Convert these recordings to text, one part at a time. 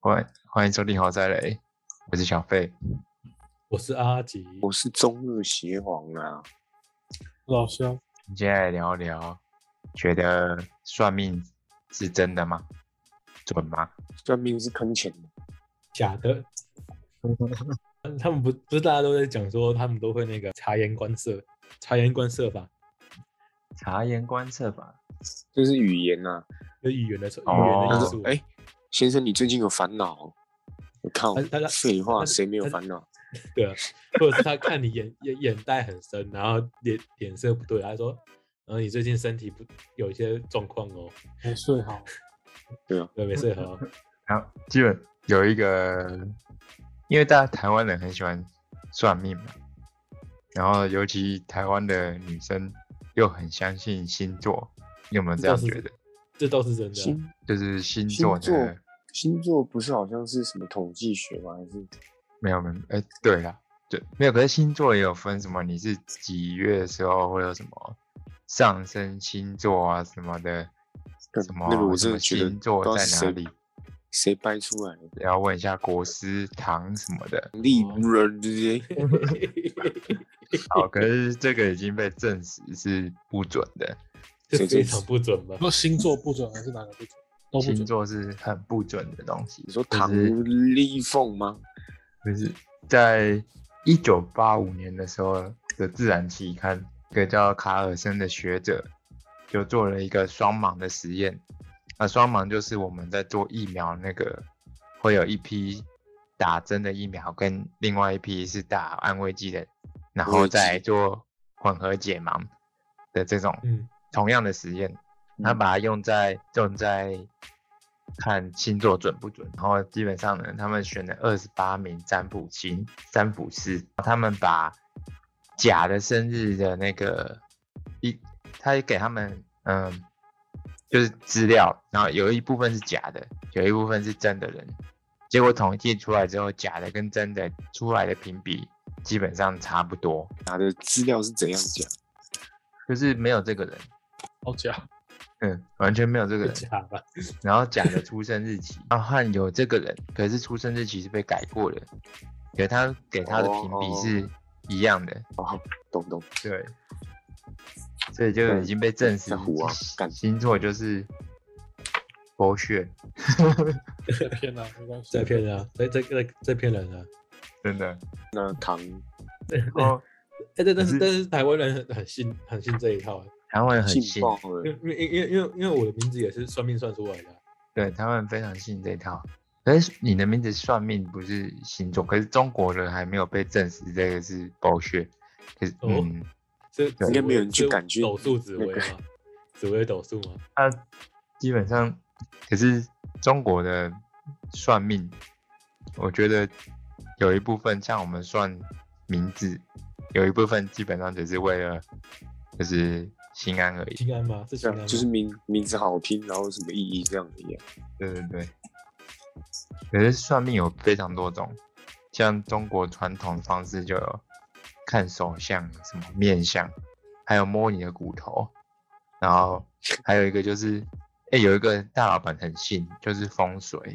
欢欢迎收听《豪再来》，我是小费。我是阿吉，我是中日协皇啊，老乡，我们今天来聊一聊，觉得算命是真的吗？准吗？算命是坑钱的，假的。他们不不是大家都在讲说他们都会那个察言观色，察言观色法，察言观色吧。就是语言啊。就语言的语言的哦他艺说术：“。哎、先生，你最近有烦恼哦？”我靠他他他，废话，他谁没有他烦恼？对啊，或者是他看你眼眼眼袋很深，然后脸脸色不对，他说，然后你最近身体不有一些状况哦，没睡好，对，没睡好，然后基本有一个，因为大家台湾人很喜欢算命嘛，然后尤其台湾的女生又很相信星座，你有没有这样这倒是觉得？这都是真的啊。 星就是星座星座的星座不是好像是什么统计学吗？还是没有没有，哎、对啦，对，没有。可是星座也有分什么，你是几月的时候会有什么上升星座啊什么的，干什么那个我什真么的觉得星座不知道在是哪谁里？谁掰出来的？要问一下国师堂什么 的。利哦人直接好，可是这个已经被证实是不准的，是非常不准吧？说星座不准还是哪个不准？都不星准。座是很不准的东西。你说就唐是立凤吗？就是在一九八五年的时候的《自然》期刊，一个叫卡尔森的学者就做了一个双盲的实验。啊，双盲就是我们在做疫苗那个，会有一批打针的疫苗，跟另外一批是打安慰剂的，然安后慰剂再做混合解盲的这种嗯，同样的实验，他把它用在用在看星座准不准，然后基本上呢，他们选了二十八名占卜星、占卜师，他们把假的生日的那个一，他也给他们嗯，就是资料，然后有一部分是假的，有一部分是真的人，结果统计出来之后，假的跟真的出来的评比基本上差不多，打的资料是怎样讲？就是没有这个人，好假，嗯，完全没有这个人。假吧？然后假的出生日期，阿汉有这个人，可是出生日期是被改过的，可是他给他的评比是一样的，懂懂，对，所以就已经被证实在胡啊干星座就是剥削，在骗啊，没关系。在骗人啊，在在在在骗人啊！真的。哦那唐然后哎，但但可是是但是台湾人很很信很信这一套啊，台湾人很劲信，爆了，因为因为因为因为因为我的名字也是算命算出来的啊，对他们非常信这套。可是你的名字算命不是星座，可是中国人还没有被证实这个是剥削，就是、哦嗯，是应该没有人去敢去抖数紫那薇个吗？紫薇斗数吗？他基本上，可是中国的算命，我觉得有一部分像我们算名字，有一部分基本上只是为了就是心安而已。心安吗？是这心安吗啊样就是名名字好拼，然后有什么意义这样的啊呀？对对对。可是算命有非常多种，像中国传统方式就有看手相、什么面相，还有摸你的骨头，然后还有一个就是，哎、有一个大老板很信，就是风水。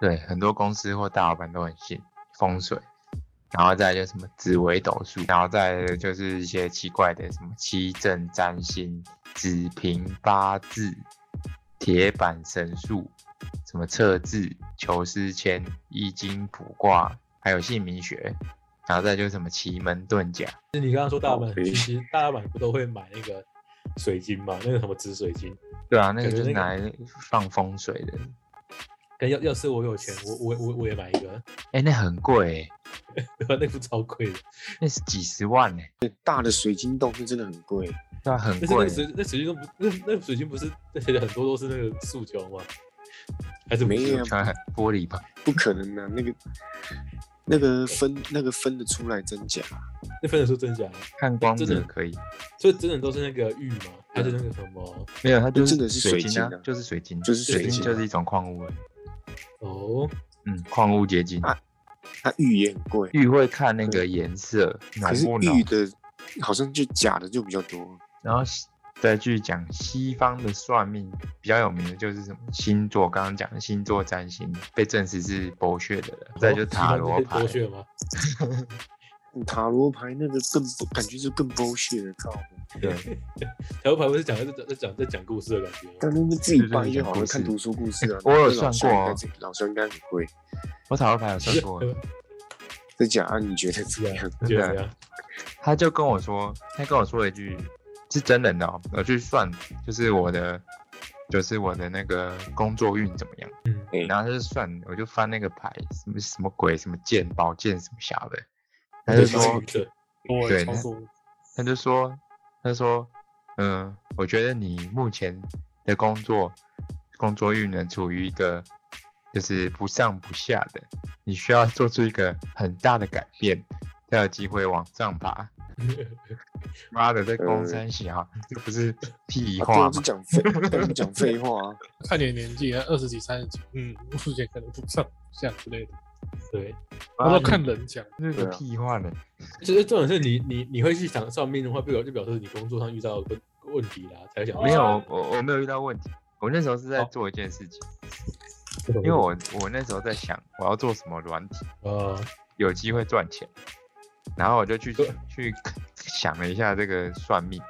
对，很多公司或大老板都很信风水，然后再来就什么紫微斗数，然后再来就是一些奇怪的什么七正占星、子平八字、铁板神术、什么测字、求师签、易经卜卦，还有姓名学，然后再就是什么奇门遁甲，就是你刚刚说大老板好其实大老板不都会买那个水晶嘛，那个什么紫水晶。对啊，那个感觉就是那个拿来放风水的，但要要是我有钱，我我我我也买一个，啊哎、那很贵、欸， 对吧？那副超贵的，那是几十万呢、大的水晶洞是真的很贵，对啊，很但是那贵个、水那水晶都不那那水晶不是那些很多都是那个塑胶吗？还是不是啊没有欸穿玻璃吧，不可能的、那个那个分那个分得出来真假，那分得出真假吗？看光真泽的可以。所以真的都是那个玉吗？还是那个什么？没有，它就真的是水水晶啊晶啊，就是水晶，就是水水晶啊就是一种矿物而已，哦，嗯，矿物结晶。啊它玉也很贵，玉会看那个颜色，暖可是不暖玉？的好像就假的就比较多，然后再去讲西方的算命，比较有名的就是什么星座，刚刚讲的星座占星被证实是剥削的了。哦再就是塔罗牌剥，削吗？塔罗牌那个更不感觉就更 bullshit 了，靠！对，塔罗牌不是讲在在在讲在讲故事的感觉吗？但那个自己掰就好了，看读书故事啊。我有那个老师算过哦应该自己老师应该很会。我塔罗牌有算过，再讲啊，你觉得怎么样？啊你啊 觉得 怎么样？他就跟我说，他跟我说了一句是真人的哦，我去算就是我的就是我的那个工作运怎么样，嗯，哎然后他就算，我就翻那个牌，什么什么鬼，什么剑、宝剑什么啥的，啊他就说是愚者，我对也超多，他就说，他说，嗯，我觉得你目前的工作工作运呢，处于一个就是不上不下的，你需要做出一个很大的改变，才有机会往上 爬。妈的，在公呃山小，这不是屁啊，话对啊，吗就？讲废， 就讲废话啊。看你的年纪，二十几、三十几，嗯，目前可能不上不下之类的。对，啊他说看人讲，这个对啊屁话呢。就是重点是你你你会去想算命的话，不表就表示你工作上遇到问问题啦，才会想没有，哦我我我没有遇到问题。我那时候是在哦做一件事情，因为我我那时候在想我要做什么软体，呃有机会赚钱，然后我就去对去想了一下这个算命，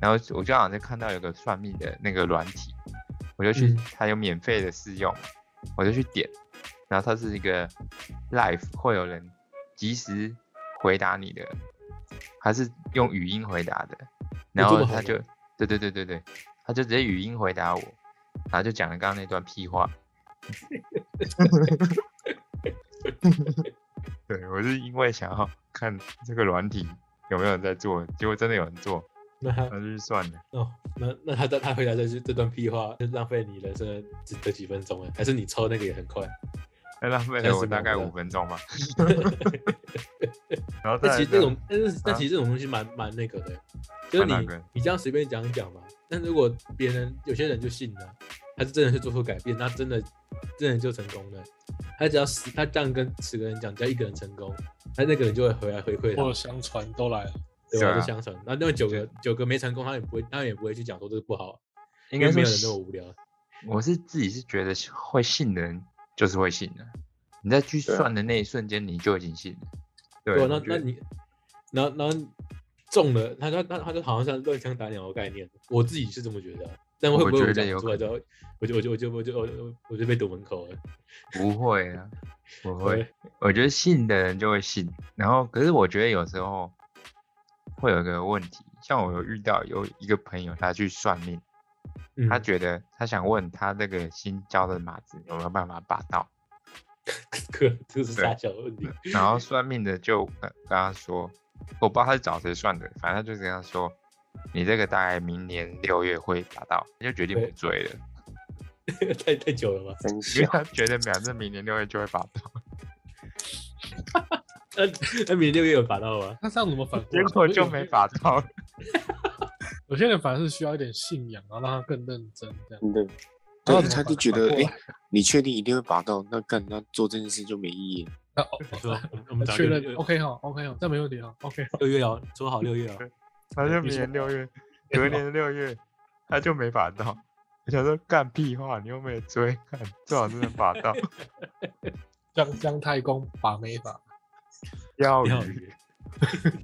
然后我就好像看到有个算命的那个软体，我就去嗯，它有免费的试用，我就去点，然后它是一个 live 会有人及时回答你的，它是用语音回答的，然这后么好他吗就对对对对对，他就直接语音回答我，然后就讲了刚刚那段屁话。对，我是因为想要看这个软体有没有人在做，结果真的有人做，那他那就算了。哦那那他他回答这句这段屁话，就浪费你人生的只得几分钟哎，还是你抽那个也很快？那浪费但了是我大没概有五分钟 吧。 然后再那来其实就这种，但是但啊其实这种东西蛮蛮那个的，就是蛮你哪个你这样随便讲一讲嘛，但如果别人有些人就信了，他是真的是做出改变，那真的真的就成功了。他只要十，他这样跟十个人讲，只要一个人成功，他那个人就会回来回馈啊或者他，相传都来了，对对吧？啊就相传。那那九个九个没成功，他也不会，他也不会去讲说这是不好，应因该为说没有人那么无聊。我是自己是觉得会信的人就是会信的，你在去对啊算的那一瞬间你就已经信了。对对我啊，觉那那得你，然后然后中了，他他他他就好像像乱枪打鸟的概念，我自己是这么觉得啊。但会我不会觉我得讲有出来之后，我就我就我就我就我就我就被堵门口了？不会啊，不会对。我觉得信的人就会信，然后可是我觉得有时候会有个问题，像我有遇到有一个朋友他去算命，嗯他觉得他想问他这个新交的马子有没有办法把到，可这是对大小问题。然后算命的就跟跟他说，我不知道他是找谁算的，反正他就跟他说，你这个大概明年六月会把到，他就决定不对追了，太太久了吧？真因为小，他觉得反正明年六月就会把到，那那明年六月有把到吗？那这样怎么反过 结来？果就没把到。有些人反而是需要一点信仰，然后让他更认真这样。真的。然但后是怎他就么反觉得，反过哎、来你确定一定会拔到？那干，那做这件事就没意义了。那哦你说我们嗯我们那啊找确六认月 OK 哈，OK 哈，这没问题哈，OK 哈。六月哦，说好六月哦。他就你明说年六 月，隔年的六月，他就没把到。我想说干屁话，你又没有追，看最好是能把 到姜姜太公把没把？钓钓鱼。鱼。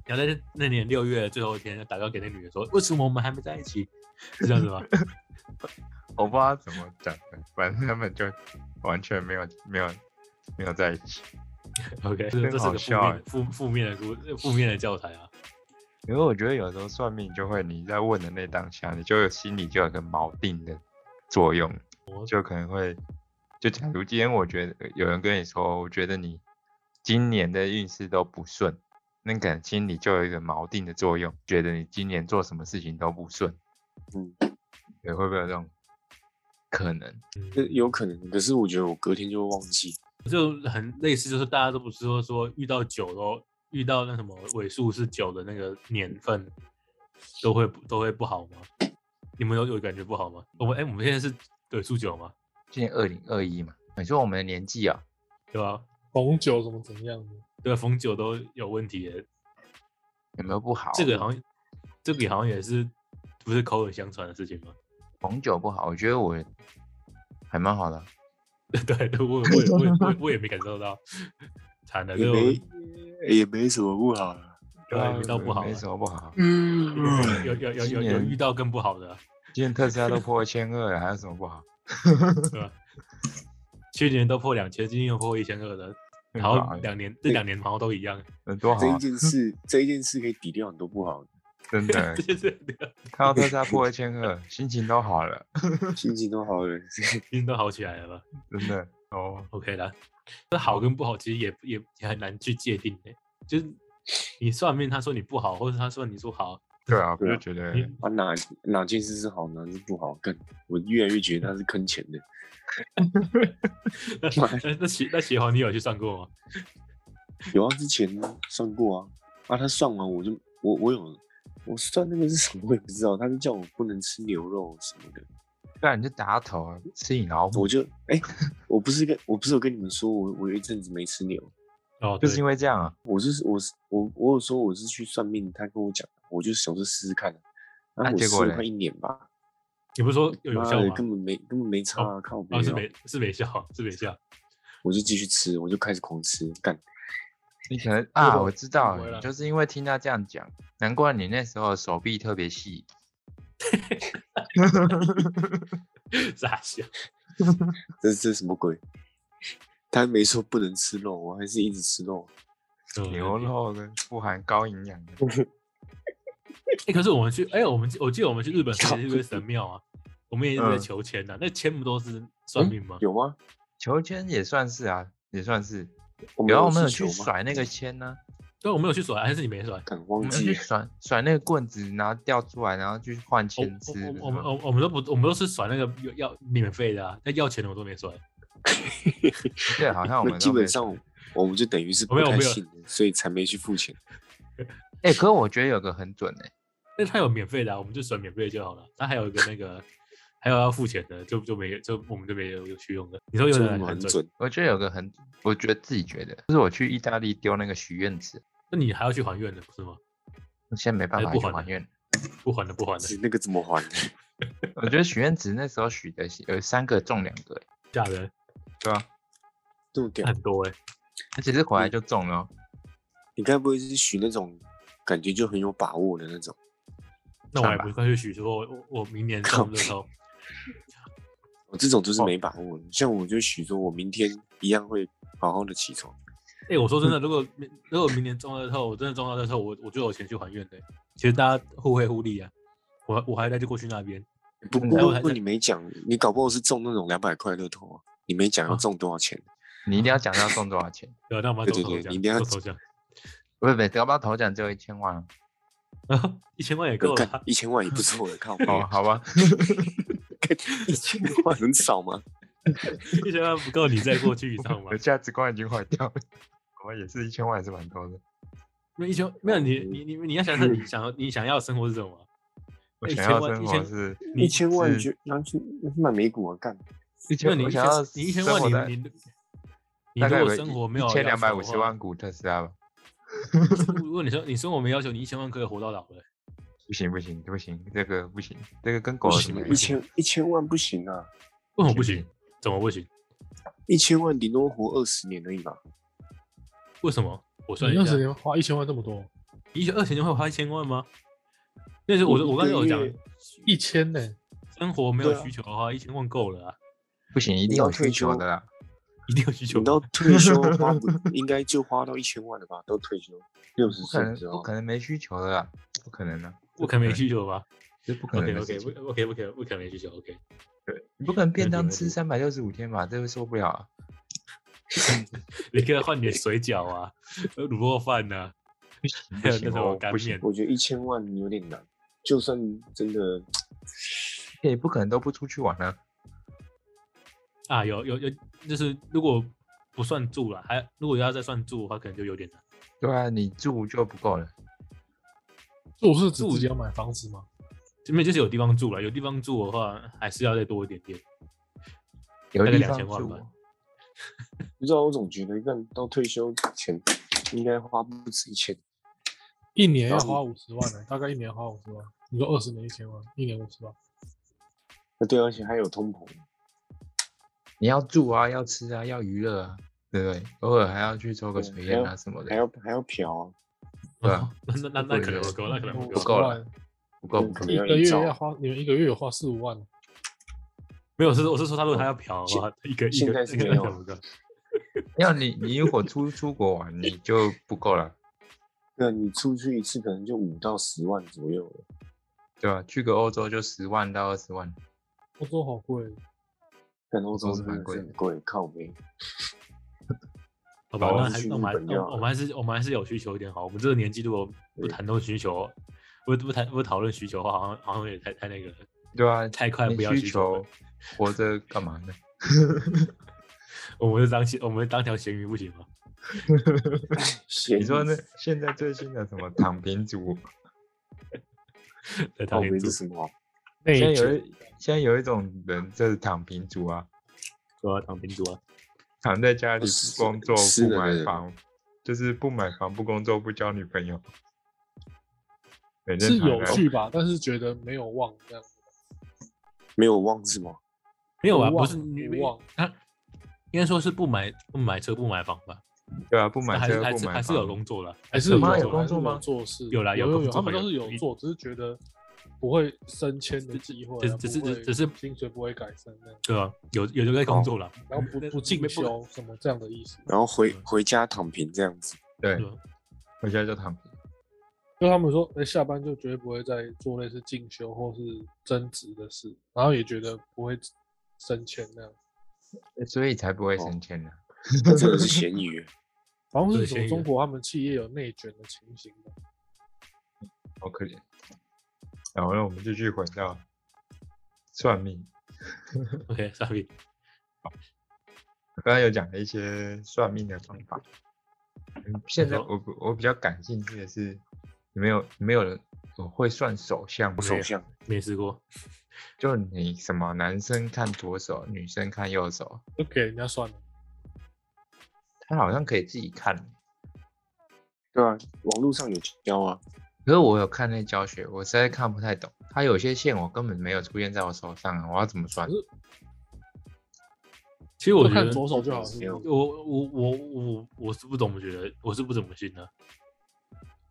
然后在那年六月的最后一天，打电话给那女的说：“为什么我们还没在一起？”是这样子吗？我不知道怎么讲的，反正他们就完全没有没有没有在一起。 OK，这真这是好个负笑欸面负负面的故负面的教材啊。因为我觉得有时候算命就会，你在问的那当下，你就有心里就有个锚定的作用，就可能会，就假如今天我觉得有人跟你说，我觉得你今年的运势都不顺，那可能心里就有一个锚定的作用，觉得你今年做什么事情都不顺，嗯，对，会不会有这种可能？呃这嗯有可能，可是我觉得我隔天就会忘记。就很类似，就是大家都不是说说遇到九都遇到那什么尾数是九的那个年份，都会不都会不好吗？你们有有感觉不好吗？我们哎、我们现在是尾数九吗？今年二零二一嘛，你说我们的年纪啊，对吧、红酒怎么怎样的？对吧、啊逢九都有问题耶，有没有不好？这个好像这个好像也是。不是口耳相传的事情吗？ 红酒不好，我觉得我还蛮好的。啊对，我也我也我也我也我也没感受到，惨了，也就没也没什么不好啦。对啊遇到不好没啊什么不好。嗯，有有有有今有年遇到更不好的啊、今天特斯拉都破千二了，还有什么不好？对吧？去年都破两千，今年又破一千二的，很然好后啊两年这两年好像都一样， 呃多好这一啊，件事，这一件事可以抵掉很多不好的，真的这。就是看到特斯拉破千二，心情都好了，心情都好了。今年都好起来了吧真的。哦， ？OK 啦，那好跟不好其实也也也很难去界定的、就是你算命他说你不好，或者他说你说好， 对啊，我对就啊觉得你啊，哪哪件事是好，哪件事不好，更我越来越觉得他是坑钱的。那那那喜那喜欢你有去算过吗？有啊，之前算过啊，啊，他算完我就我我有我算那个是什么我也不知道，他就叫我不能吃牛肉什么的，不然你就打头啊吃你老我母，就哎、我不是跟我不是有跟你们说我我有一阵子没吃牛，哦，就对是因为这样啊。我就是我是我我有说我是去算命，他跟我讲，我就想说试试看、啊，然啊后我结试果嘞了快一年吧，你不是说有有妈效的吗？根本没根本没差、啊，靠背、哦，是没是没效，是 没效。我就继续吃，我就开始狂吃，干你可能不啊，会我知道不会了，啦就是因为听他这样讲，难怪你那时候手臂特别细。傻笑，这这什么鬼？他没说不能吃肉，我还是一直吃肉。嗯牛肉的富含高营养的，欸可是我们去，哎、我们我记得我们去日本时靠是去神庙啊，我们也是在嗯求签呐、啊那签不都是算命吗？有吗？球签也算是啊，也算是。我然后我们们有去去球吗？甩那个签呢、对，我们有去甩，还是你没甩？敢我忘们有记去了甩甩那个棍子，然后掉出来，然后去换签吃的我我我们那种。我我们都不，我们都是甩那个要要免费的啊，那要钱的我都没甩。对，好像我那们基都没本上我们就等于是我不没有太没有信的，所以才没去付钱。哎、可是我觉得有个很准哎、那他有免费的、啊，我们就甩免费的就好了。他还有一个那个，还有要付钱的，就就没有，就我们就没有有去用的。你说有啊所以人我们很很准，准，我觉得有个很，我觉得自己觉得，就是我去意大利丢那个许愿池，那你还要去还愿的，不是吗？我现在没办还法哎不去还还呢愿。不还的不还的是，那个怎么还？我觉得许愿池那时候许的有三个中两个欸、吓人，对吧、 这么屌？很多哎、而且是回来就中了、哦。你该不会是许那种感觉就很有把握的那种？那我算还吧不快去许说，我我我明年靠中的时候，我这种就是哦没把握的。像我就许说，我明天一样会好好的起床。哎、我说真的，如果明如果明年中了之后，我真的中了之后，我我就有钱去还愿的欸、其实大家互惠互利啊，我我还带就过去那边，不嗯过还啊有还不过在你没讲，你搞不好是中那种两百块乐透啊！你没讲要啊中多少钱？你一定要讲到中多少钱， 对啊，那我们要中对对头对奖，你一定要中头奖，不是不是，搞不好头奖只有一千万啊一千万也够了啊干吧，一千万也不 错了，靠！哦，好吧，一千万很少吗？一千万不够你再过去一趟嘛我？价值观已经坏掉了。我也是一千万也是蛮多的，那一千没有你你你你要想想你想要你想要的生活是什么？我哎一想千要万生一活千是你一千万是就拿去拿去买美股啊！干，一没有千，你我一想千要你一千生活万在你你你大如概果有生活没有一千要两求百的五十话万，股特斯拉吧？如果你说你生活没要求，你一千万可以活到老的欸。不行不行不行，这个不行，这个跟狗有什么啊一关系？千一千万不行啊！为哦什么不行？怎么不行？一千万顶多活二十年而已吧？为什么？我算你一下二，十年花一千万这么多，一千二十年会花一千万吗？那是我一我刚才个有讲月，一千呢、生活没有对啊需求的话，一千万够了啊，不行，一定要有需退求休的啦。一定有需求等吗。到退休花不应该就花到一千万了吧？都退休六十不岁可能的时不候可，能没需求的啦，不可能的，不可能没需求吧这不可能？OK 的 OK 事情。不 OK 不可能不可能没需求 OK。你不可能便没当问吃题三百六十五天吧？这会受不了啊！你可以换你的水饺啊，呃卤肉饭呐， 还不有那行哦种干不行面。我觉得一千万有点难。就算真的，也不可能都不出去玩啊。啊，有有有，就是如果不算住了，还如果要再算住的话，可能就有点难。对啊，你住就不够了。住是指自己要买房子吗？前面就是有地方住了，有地方住的话，还是要再多一点点。有大概地方2000万住吧哦，不知道我总觉得，干到退休前应该花不止一千。一年要花五十万呢、大概一年花五十万，你说二十年一千万，一年五十万，那对，而且还有通膨，你要住啊，要吃啊，要娱乐啊，对不对？偶尔还要去抽个对水嗯还烟要啊什么还的，要还要嫖啊，对 啊，那那那那可能不够，那可能不不够。哦够了，不够不可够能一要个一月兆要花，你们一个月有花四五万，哦没有，是我是说，他如果他要嫖的话，一个一现个在一是个没有 那可能不够要你你如果出出国玩，你就不够了，那啊你出去一次可能就五到十万左右了，对吧？去个欧洲就十万到二十万，欧洲好贵，哦但欧欧洲洲真蛮的贵是的很贵，靠背。好吧，好那我还哦去那我日们还本就那好我们还是我们还是有需求一点好。我们这个年纪如果不对谈论需求，不不谈不讨论需求的话，好像好像也太太那个了，对吧？太快你不要需需求了求。活着干嘛 呢？我们就当闲我们当条咸鱼不行吗？ 闲你说鱼那现在最新的什么躺平 族，在靠当背天是主什么啊？现在内有一现在有一种人就是躺平族啊，对啊，当天主啊，躺在家里哦是不工作是不的对买对房，就是不买房不工作不交女朋友，每天是躺有在趣吧？但是觉得没有望这样，没有忘是吗？没有啊，无不望是你无望他应该说是不买不买车不买房吧？对啊，不买还是车还不是买还是有房，工作了，还是有吗还是有工作吗做事有啦有有有工作他们都是有有做，只是觉得不会升迁的机会啊，只只是不会只是薪水不会改善那样，对啊，有有这个工作哦了，然后不那不进没不修什么这样的意思，然后回回家躺平这样子，对对，啊回家就躺平。就他们说，哎、下班就绝对不会再做类似进修或是增值的事，然后也觉得不会升迁那样。所以才不会哦升迁呢、那真的是咸鱼。好像对是什么先中有国他们企业有内卷的情形吧？好可怜。然后呢，我们继续回到算命， ，OK，sorry，我刚才有讲了一些算命的方法。嗯现在说我不我比较感兴趣的是，有没有有没有人我会算手相吗？手相没试过，就你什么男生看左手，女生看右手，就给人家算了，他好像可以自己看。对啊，网络上有教啊，可是我有看那教学，我实在看不太懂。他有些线我根本没有出现在我手上啊，我要怎么算可？是其实我就觉看得左手就好了。没有我我我我我是不怎么觉得，我是不怎么信的。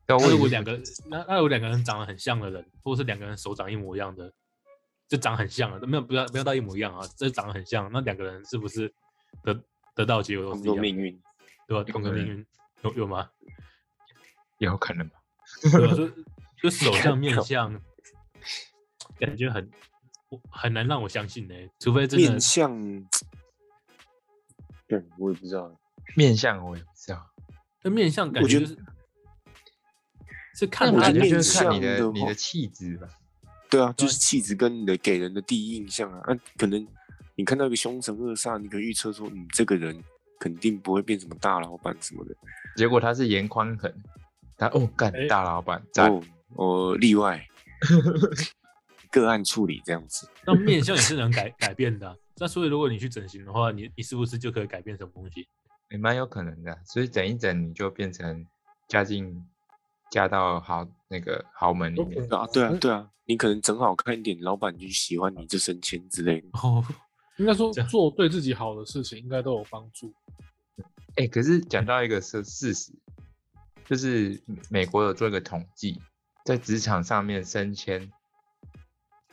但那哦我如有果两个那那如果两个人长得很像的人，或者是两个人手长一模一样的，就长很像了，没有不要不要到一模一样啊，这长得很像，那两个人是不是得得到结果都很是一多样命的，运。对吧？同个命运有有吗？有可能吧？对吧？就 就手相面相，感觉很我很难让我相信呢、除非真的面相，对我也不知道，面相我也不知道，那面相感我觉觉就得是是看我他觉的得就面是看你的相的你的话气质吧。对啊，就是气质跟你的给人的第一印象啊，那、可能你看到一个凶神恶煞，你可以预测说，嗯，这个人肯定不会变什么大老板什么的。结果他是严宽衡，他哦干哎大老板赞，哦，哦，例外， 个案处理这样 子，那面相也是能改改变的啊、那所以如果你去整形的话，你你是不是就可以改变什么东西？也蛮有可能的啊。所以整一整你就变成嫁进嫁到豪那个豪门里有可面能，啊，对啊，嗯对啊，你可能整好看一点，老板就喜欢你就升迁之类的。 哦，应该说这样做对自己好的事情，应该都有帮助。哎、可是讲到一个事事实，就是美国有做一个统计，在职场上面升迁，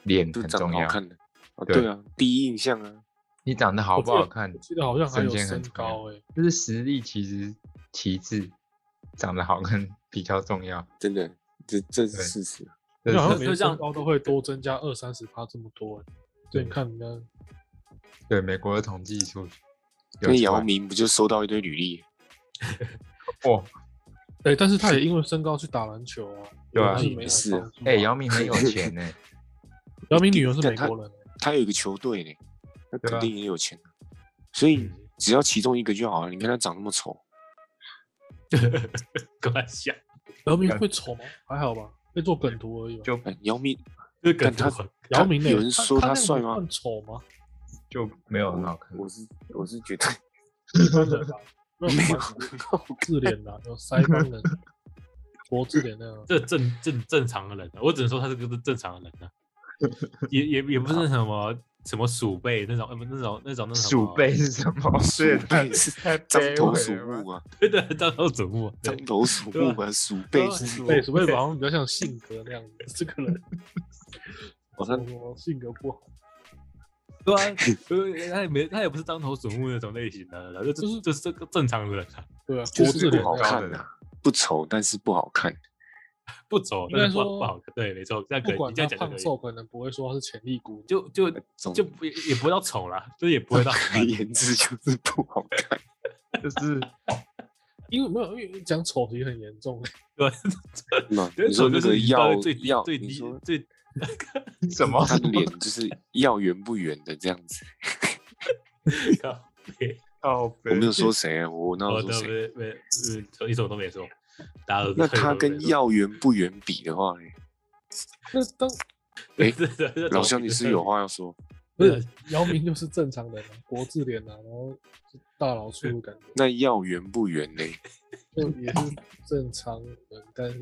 脸就很长重得好要，看的。啊，对对啊，第一印象啊，你长得好我不记得好看我，记得好像还瞬有间很身重要高诶、就是实力其实其次，长得好看 比较重要。真的，这这是对事实。这因为是好像就每个这样身高都会多增加二三十趴这么多、欸。对，你看人家对美国的统计数有那出姚来明不就收到一堆履历？哇，哎、但是他也因为身高去打篮球啊，对啊也是没也有是帮助啊哎、姚明很有 钱呢、姚明女儿是但美他国人、欸，他有一个球队呢，那对肯啊定也有钱啊、所以 嗯只要其中一个就好了。你看他长那么丑，搞笑，姚明会丑吗？还好吧，会做梗图而已吧。就哎，姚明这个但他梗姚明呢、有人说他他那样帅子吗算丑吗？就没有很好嗯看。我是我是觉得一般人吧，没没有有很好看，自恋的，有腮帮人，博智点那样啊。这正正正常的人啊，我只能说他是个正常的 人啊，也也也不是那什么什么鼠辈那种，呃不那种那种那种鼠辈，是什哦么？对，哦鼠辈是太獐卑头鼠微了吧。目啊，对对，当头鼠目，对獐头鼠对目吧啊，鼠辈是什么对，？所谓好像比较像性格那样子，这个人好什像么什么性格不好，对啊，呃他也没他也不是当头鼠目那种类型的人啊，就就是是就是这个正常的人啊，对啊，就博是智不点好那样。看啊，不丑但是不好看。不丑，应但该是不好说不好看，对，没错，这样可不以，管你这样他讲胖就可瘦，以，可能不会说他是潜力股，就就总就不也也不会到丑啦，就是也不会到好而看，言之就是不好 看。就是 因为没有，因为讲丑题很严重，对，嘛人你丑说就那是个你到药最低药，最你低哦说最什么？他的脸就是要圆不圆的这样 子。高。靠北我没有说谁啊，我哪哦，有对，说谁？没没，嗯，一首都没说，大家都那退他都没跟说要圆不圆比的话嘞，那当对哎对对对老懂乡你是有话 要说？不是姚明就是正常人、啊，国字脸啊，然后是大老粗的感觉，那要圆不圆嘞？就也是正常人，但是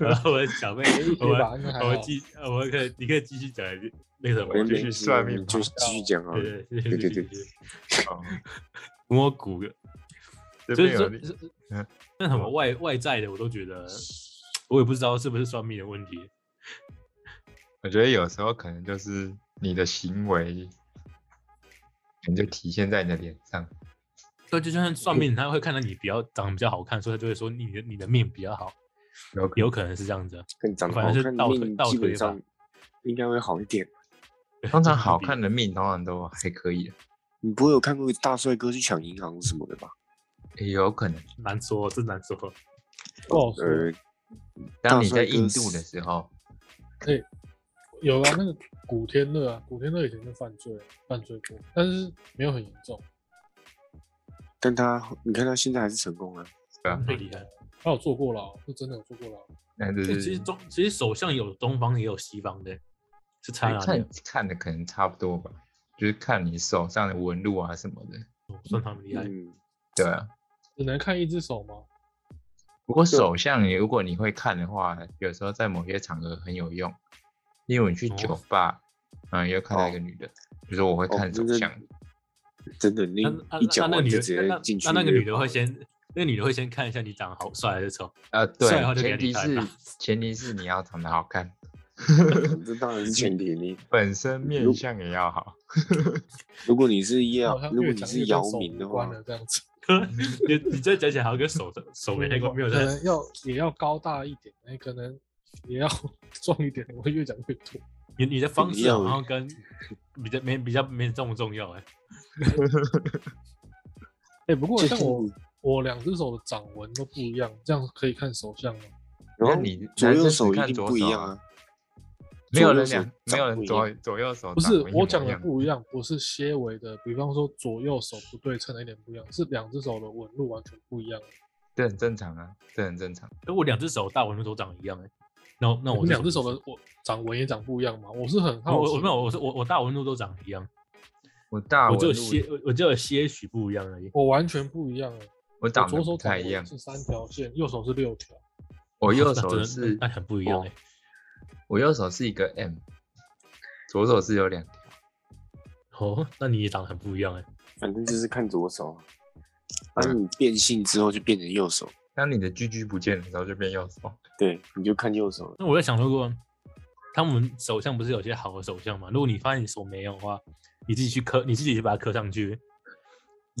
然后我的小妹，我也们吧，应该还我们好。继，我们可以，你可以继续讲那个什么我，继没续事算命吧就继续讲啊。对对对对对对，哦 摸骨的，这就边是有说另是嗯那什么外外在的，我都觉得，我也不知道是不是算命的问题，我觉得有时候可能就是你的行为，可能就体现在你的脸上。对，就像算命，他会看到你比较长得比较好看，所以他就会说你的你的命比较好，有可有可能是这样子啊。跟长得反好正是看倒退命倒基推吧本上应该会好一点。对通这常是好比看的命通常都还可以的，你不会有看过大帅哥去抢银行什么的吧？也有可能。难说，真难说。不好说，呃，当你帅在哥印是度的时候，有啊，那个古天乐啊，古天乐以前就犯罪，犯罪过，但是没有很严重，但他你看他现在还是成功啊。对啊，太厉害。他有坐过牢，是真的有坐过牢。那就欸其实是中其实首相有东方也有西方的，是哎差哪里啊看？看的可能差不多吧，就是看你手上的纹路啊什么的。哦算他们厉害。嗯，对啊，只能看一只手吗？不过手相你如果你会看的话，有时候在某些场合很有用。例如你去哦酒吧，嗯，又看到一个女的，比如说我会哦看手真的相，真的，你那那嗯一讲那那完女就的直接那那进去那约炮了。那个女的会先，那个女的会先看一下你长得好帅还是丑。 呃，帅的话对，就给前提你看是啊前提是你要长得好看， 这当然是前提。你本身面如相也要好。如果 你是好姚，像如果越你讲是越姚跟手明的无关话，了这样子，你你这讲起来好像跟手手 没太关，没有可在能要也要高大一点，哎，可能也要 壮一点，我会越讲越多。你你的方一式样好像跟比较没比较没这么重要哎。哎，不过 就像是我你我两只手的掌纹都不一样，这样可以看手相哦吗？然那后你左男生右只手一看定左不一手样啊啊。没有左右人手两，没长有不人一左样左右手不长是一模我讲一的样不一样，不是些微的，比方说左右手不对称的一点不一样，是两只手的纹路完全不一样。这很正常啊，这很正常。哎，我两只手大纹路都长一样哎。那我那你我们是两只什手么意的我掌纹也长不一样吗？我是很思。我好奇，我我没有，我是我我大纹路都长一样，我大我只有纹些路，我我只有些许不一样而已。我完全不一样哎。我我长得左手不掌太一纹样，是三条线，右手是六条。我右 那手真的是哦那很不一样哎。我右手是一个 M，左手是有两条。哦，那你也长得很不一样哎。反正就是看左手啊。当嗯你变性之后就变成右手，当你的居居不见的时候，就变右手。对，你就看右手了。那我在想，如果他们手相不是有些好的手相嘛？如果你发现你手没有的话，你自己去刻，你自己去把它刻上去，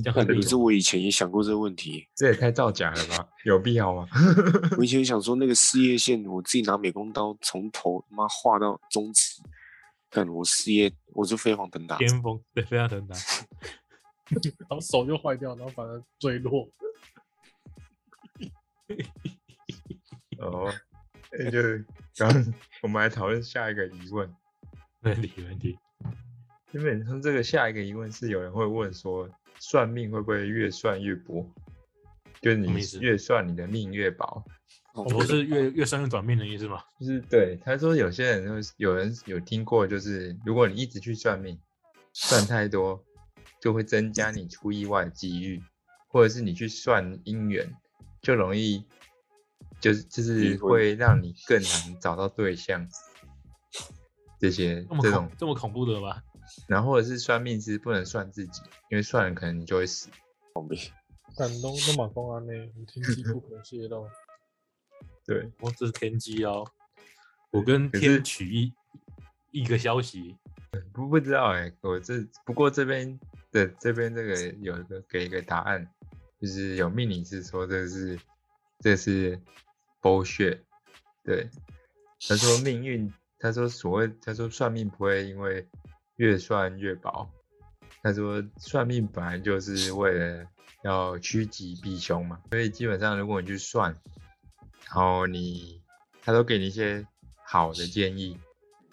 这样很可有是我以前也想过这个问题，这也太造假了吧？有必要吗？ 我以前想说那个事业线，我自己拿美工刀从头他妈画到中指，干我事业我就飞黄腾达。巅峰，对，非常很难。然后手就坏掉，然后反而坠落。哦，那就然后我们来讨论下一个疑问。没问题，没问题。基本上这个下一个疑问是有人会问说，算命会不会越算越薄？就是什么你意思越算你的命越薄，哦我是越越算越转命的意思嘛？就是对他说有些人会有人有听过，就是如果你一直去算命，算太多就会增加你出意外的机遇，或者是你去算姻缘，就容易就是就是离婚会让你更难找到对象，这些这么这恐种，这么恐怖的吗？然后或者是算命师不能算自己，因为算了可能你就会死。感动都马公安呢，你听机不可泄露。对，哦，这是天机哦！我跟可天是取一一个消息，不不知道哎、我这不过这边的这边这个有一个给一个答案，就是有命理师说这是这是 bullshit，对，他说命运，他说所谓他说算命不会因为越算越薄，他说算命本来就是为了要趋吉避凶嘛，所以基本上如果你去算，然后你他都给你一些好的建议，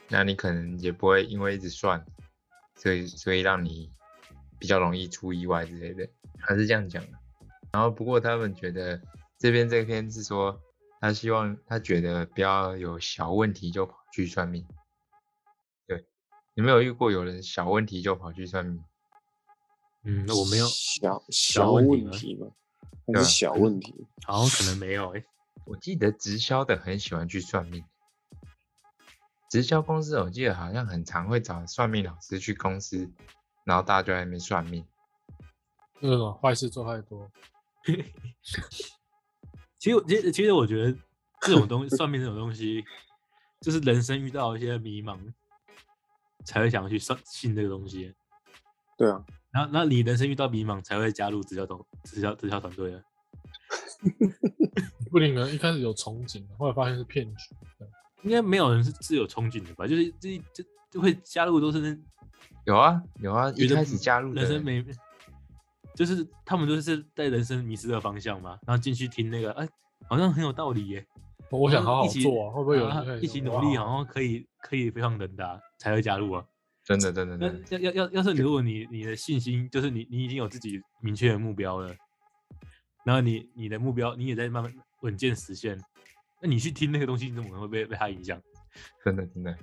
那你可能也不会因为一直算，所以所以让你比较容易出意外之类的，他是这样讲的。然后不过他们觉得这边这篇是说，他希望他觉得不要有小问题就跑去算命。对，你没有遇过有人小问题就跑去算命？嗯，那我没有，小小小问题问吗题吗？对那啊是小问题，好像可能没有哎、我记得直销的很喜欢去算命，直销公司我记得好像很常会找算命老师去公司，然后大家就在那边算命。为什么坏事做太多？其实我，其实，其实我觉得这 种东西，算命这种东西，就是人生遇到一些迷茫，才会想要去算信这个东西。对啊，然后，那你人生遇到迷茫，才会加入直销团直销直销团队啊。不灵人一开始有憧憬，后来发现是骗局。对应该没有人是自有憧憬的吧？就是这这就会加入都是那有啊有啊，一觉得开始加入的人生人没，就是他们就是在人生迷失的方向嘛，然后进去听那个，哎，好像很有道理耶。我想好好一起做啊，会不会有人啊开始一起想努力，哦哇好像可以可以飞黄腾达才会加入啊。真的真的那真的要要要要是如果你你的信心就是你你已经有自己明确的目标了，然后你你的目标你也在慢慢稳健实现，那你去听那个东西，你怎么可能会被被它影响？真的真的。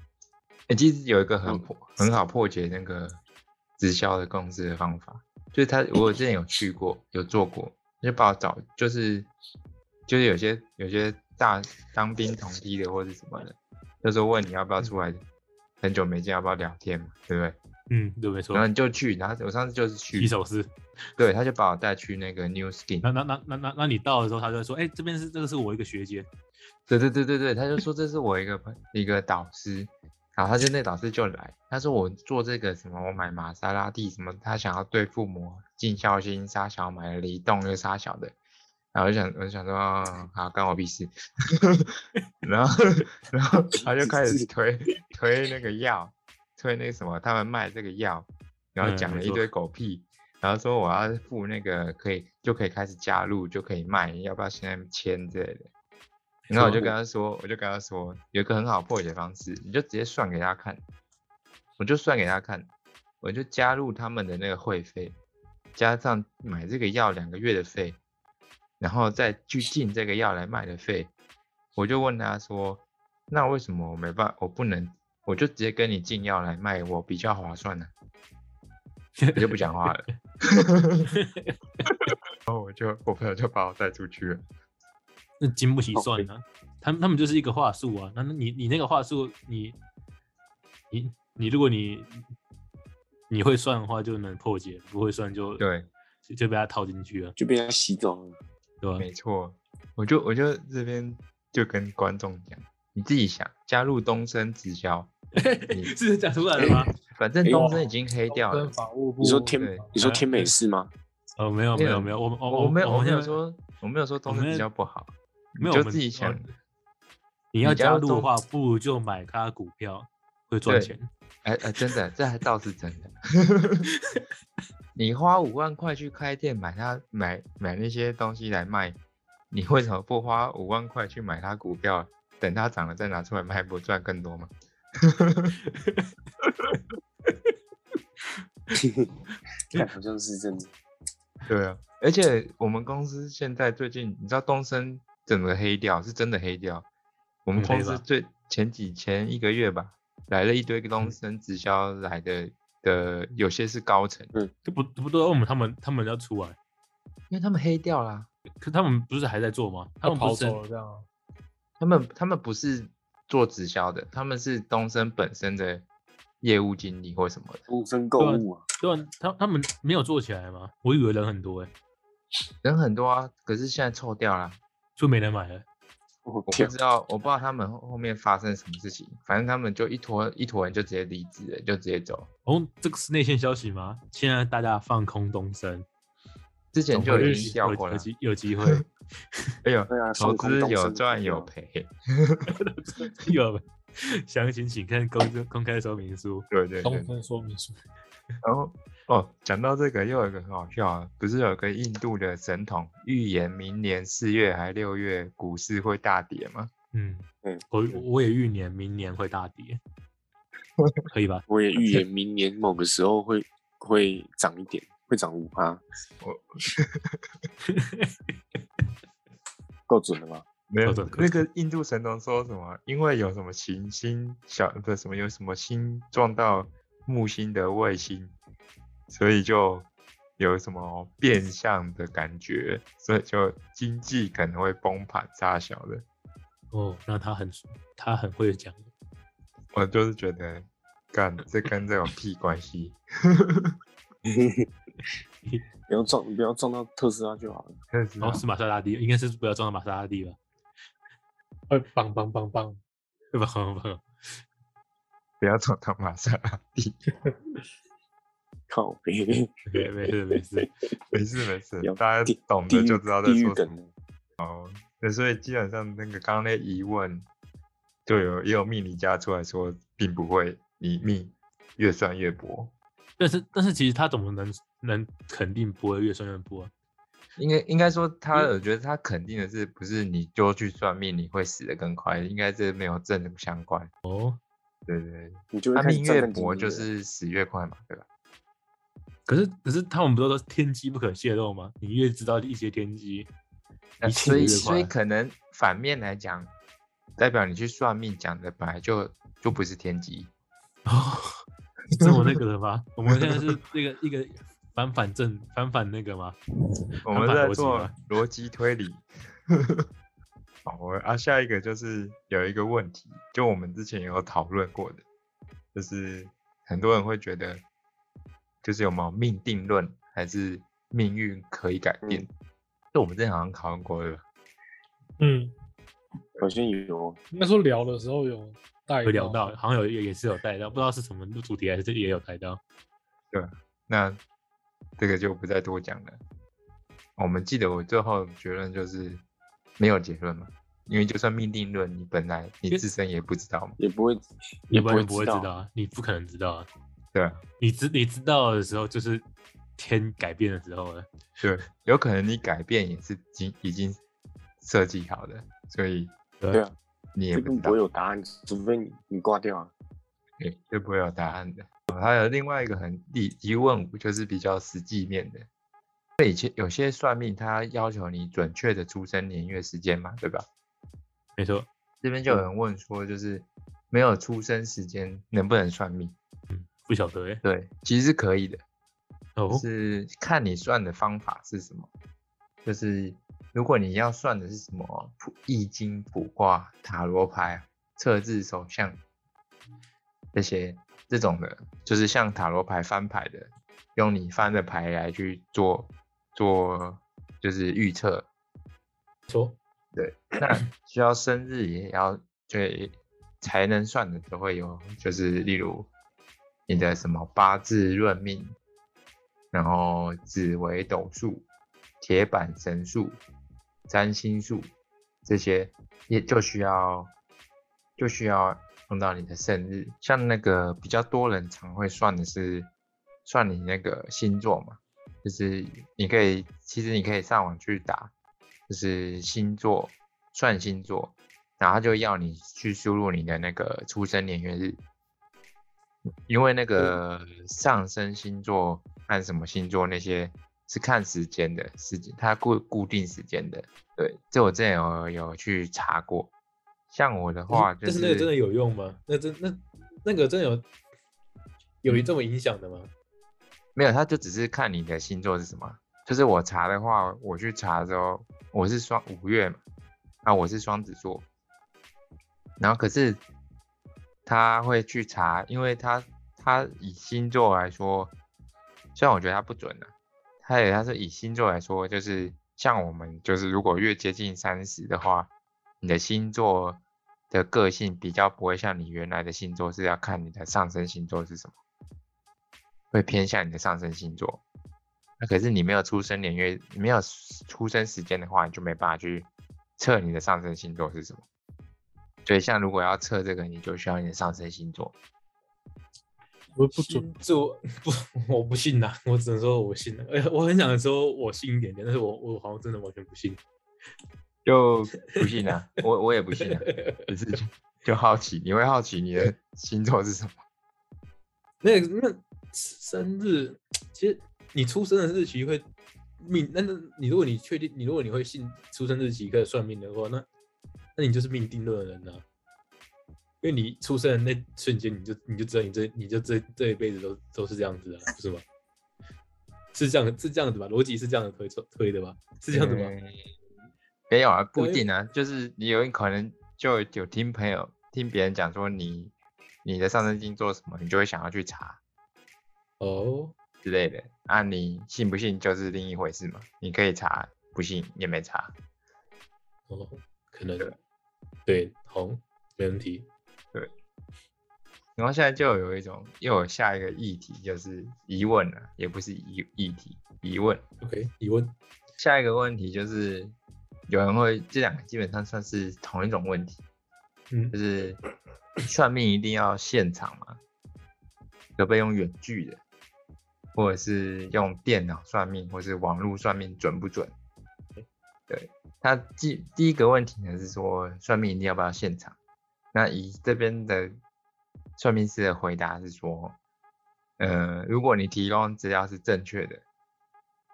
哎、其实有一个很嗯破、很好破解那个直销的公司的方法，就是他我之前有去过，有做过，就把我找就是就是有些有些大当兵同梯的或者什么的，就说问你要不要出来，很久没见要不要聊天嘛，对不对？嗯，对，没错然。后你就去，然后我上次就是去洗，手室，对，他就把我带去那个 New Skin，那那那那那那你到的时候，他就会说，哎、这边是这个是我一个学姐，对对对对对，他就说这是我一个朋一个导师，然后他就那导师就来，他说我做这个什么，我买玛莎拉蒂什么，他想要对父母尽孝心，杀小买了一栋又杀小的，然后我就想我就想说，啊好干我屁事， 然后然 后他就开始推推那个药，推那个什么，他们卖这个药，然后嗯讲没了一错堆狗屁。然后说我要付那个可以就可以开始加入就可以卖，要不要现在签之类的？然后我就跟他说，我就跟他说，有一个很好破解方式，你就直接算给他看，我就算给他看，我就加入他们的那个会费，加上买这个药两个月的费，然后再去进这个药来卖的费，我就问他说，那为什么我没办我不能，我就直接跟你进药来卖，我比较划算呢、啊 我就不讲 话了。然后我就我朋友就把我带出去了。那经不起哦算呢、他们他们就是一个话术啊，那那你你那个话术，你你你如果你你会算的话就能破解，不会算就对，就就被他套进去了，就被他洗走了。对吧？没错，我就我就这边就跟观众讲，你自己想加入东升直销， 你 是讲出来了吗？反正哎东升已经黑终掉 身了。法务部你说天对，你说天美是吗？哦，没有没没有有没有，我们我我们没有我我们没有现在说我没有说东我升们直销不好，你没有，就我们自己我想。你你要加加入入的中话，不如就买他股票，会赚对钱。哎哎，真的，这还倒是真 的。你花五万块去开店买它买买那些东西来卖，你为什么不花五万块去买它股票，等它涨了再拿出来卖，不赚更多吗？看好像是真的。对啊，而且我们公司现在最近，你知道东升整个黑掉，是真的黑掉。我们很公嗯黑司吧最前几前一个月吧，来了一堆嗯东升直销来的的，有些是高层，就不不对，为什么他们他们要出来？因为他们黑掉啦、可他们不是还在做吗？他他们不跑哦是走了这样啊。他们他们不是做直销的，他们是东升本身的业务经理或什么的。终身购物啊，对啊，他他们没有做起来吗？我以为人很多哎、人很多啊，可是现在臭掉了。就没人买了。我我不哦天知，道，我不知道他们后后面发生什么事情，反正他们就一坨一坨人就直接离职了，就直接走。哦，这个是内线消息吗？现在大家放空东升，之前总就会已有经掉过有了，机有 机会，哎呦，对啊，投孙悟空资当有神赚仙有啊，赔， 有详情请看公公开说明书。对对对东。森说明书，然后哦，讲到这个又有一个很好笑啊，不是有个印度的神童预言明年四月还六月股市会大跌吗？嗯嗯，我我也预年明年会大 跌，可以吧？我也预言明年某个时候会会涨一点，会涨五趴，我够准了吧？没有各种，各那个印度神童说什么？啊因为有什么行星小不是什么有什么星撞到木星的卫星，所以就有什么变相的感觉，所以就经济可能会崩盘大小的。哦，那他很他很会讲，我就是觉得，干这跟这有屁关系？ 不要撞，不要撞到特斯拉就好了。真的是哦，啊是玛莎拉蒂，应该是不要撞到玛莎拉蒂吧？会棒棒棒棒。对吧？不不要走到玛莎拉蒂，靠 北，别没没事没事，没事没事有，大家地懂地的狱就知道在地狱说什么梗。对，所以基本上那个刚刚那疑问，就有也有命理家出来说，并不会，你命越算越薄，但是但是其实他怎么能能肯定不会越算越波、啊？应该应该说他，嗯我觉得他肯定的是，不是你就去算命你会死得更快，应该这没有正相关。哦，对对对，你就会他开始啊命战越战兢薄兢就的是死越快嘛，对吧？可是可是他们不是都说天机不可泄露吗？你越知道一些天机，那你死所得以越所以快。可能反面来讲，代表你去算命讲的本来就就不是天机，哦， 这么那个的吗？我们现在是那个一个反反正反反那个吗？我他们反在逻辑做 吗逻辑推理。 好，我啊，下一个就是有一个问题，就我们之前有讨论过的，就是很多人会觉得，就是有没有命定论，还是命运可以改变？就我们之前好像讨论过的，嗯，好像有应该说聊的时候有带有聊到，好像有也也是有带到，不知道是什么主题，还是也有带到。那这个就不再多讲了。我们记得我最后结论就是没有结论嘛，因为就算命定论，你本来你因为自身也不知道嘛，也不会，你不完全不会知知道。啊，你不可能知道啊。对啊。你知你知道的时候，就是天改变的时候了。对，有可能你改变也是已经已经设计好的，所以对啊，你也这不根知本道不会，有答案，除非你你挂掉啊。对，就不会有答案的。哦还有另外一个很疑疑问，就是比较实际面的。那以前有些算命，他要求你准确的出生年月时间嘛，对吧？没错，这边就有人问说，就是没有出生时间能不能算命？不晓得哎、对，其实是可以的，就哦，是看你算的方法是什么。就是如果你要算的是什么普易经、卜卦、塔罗牌、啊测字手相这些这种的，就是像塔罗牌翻牌的，用你翻的牌来去做做就是预测。错，对，那需要生日也要对才能算的都会有，就是例如你的什么八字论命，然后紫微斗数、铁板神术、占星术这些，也就需要就需要用到你的生日。像那个比较多人常会算的是算你那个星座嘛，就是你可以，其实你可以上网去打，就是星座算星座，然后他就要你去输入你的那个出生年月日，因为那个上升星座和什么星座那些是看时间的，时间它固固定时间的。对，这我之前有有去查过。像我的话，就嗯但是那个真的有用吗？那真那那个真的有有这么影响的吗？没有，他就只是看你的星座是什么，就是我查的话，我去查的时候，我是双五月嘛，啊，我是双子座，然后可是他会去查，因为他他以星座来说，虽然我觉得他不准啊，他也他是以星座来说，就是像我们就是如果越接近三十的话，你的星座的个性比较不会像你原来的星座是要看你的上升星座是什么，会偏向你的上升星座。那可是你没有出生年月，没有出生时间的话，你就没办法去测你的上升星座是什么。所以，像如果要测这个，你就需要你的上升星座。我不准，这我不， 我不信呐、我只能说我信了、 哎，我很想说我信一点点，但是我我好像真的完全不信。就不信啊，我我也不 信啊，只是就就好奇，你会好奇你的星座是什么？那那生日，其实你出生的日期会命，那那你如果你确定，你如果你会信出生日期可以算命的话，那那你就是命定论的人了、因为你出生的那瞬间，你就你就知道你这你就这这一辈子都都是这样子啊，不是吗？ 是这样是这样子吧？逻辑是这样的推测推的吧？是这样子吗？嗯没有啊，不一对定啊，就是你有可能就有听朋友听别人讲说你你的上升星座什么，你就会想要去查。哦，之类的。啊，你信不信就是另一回事嘛，你可以查，不信也没查。哦，可能对，好，没问题。然后现在就有一种又有下一个议题，就是疑问了、啊也不是疑议题，疑问。 OK，疑问下一个问题就是有人会这两个基本上算是同一种问题，嗯就是算命一定要现场吗？可不可以用远距的，或者是用电脑算命，或是网络算命准不准？对，他第第一个问题呢是说算命一定要不要现场？那以这边的算命师的回答是说，呃，如果你提供资料是正确的，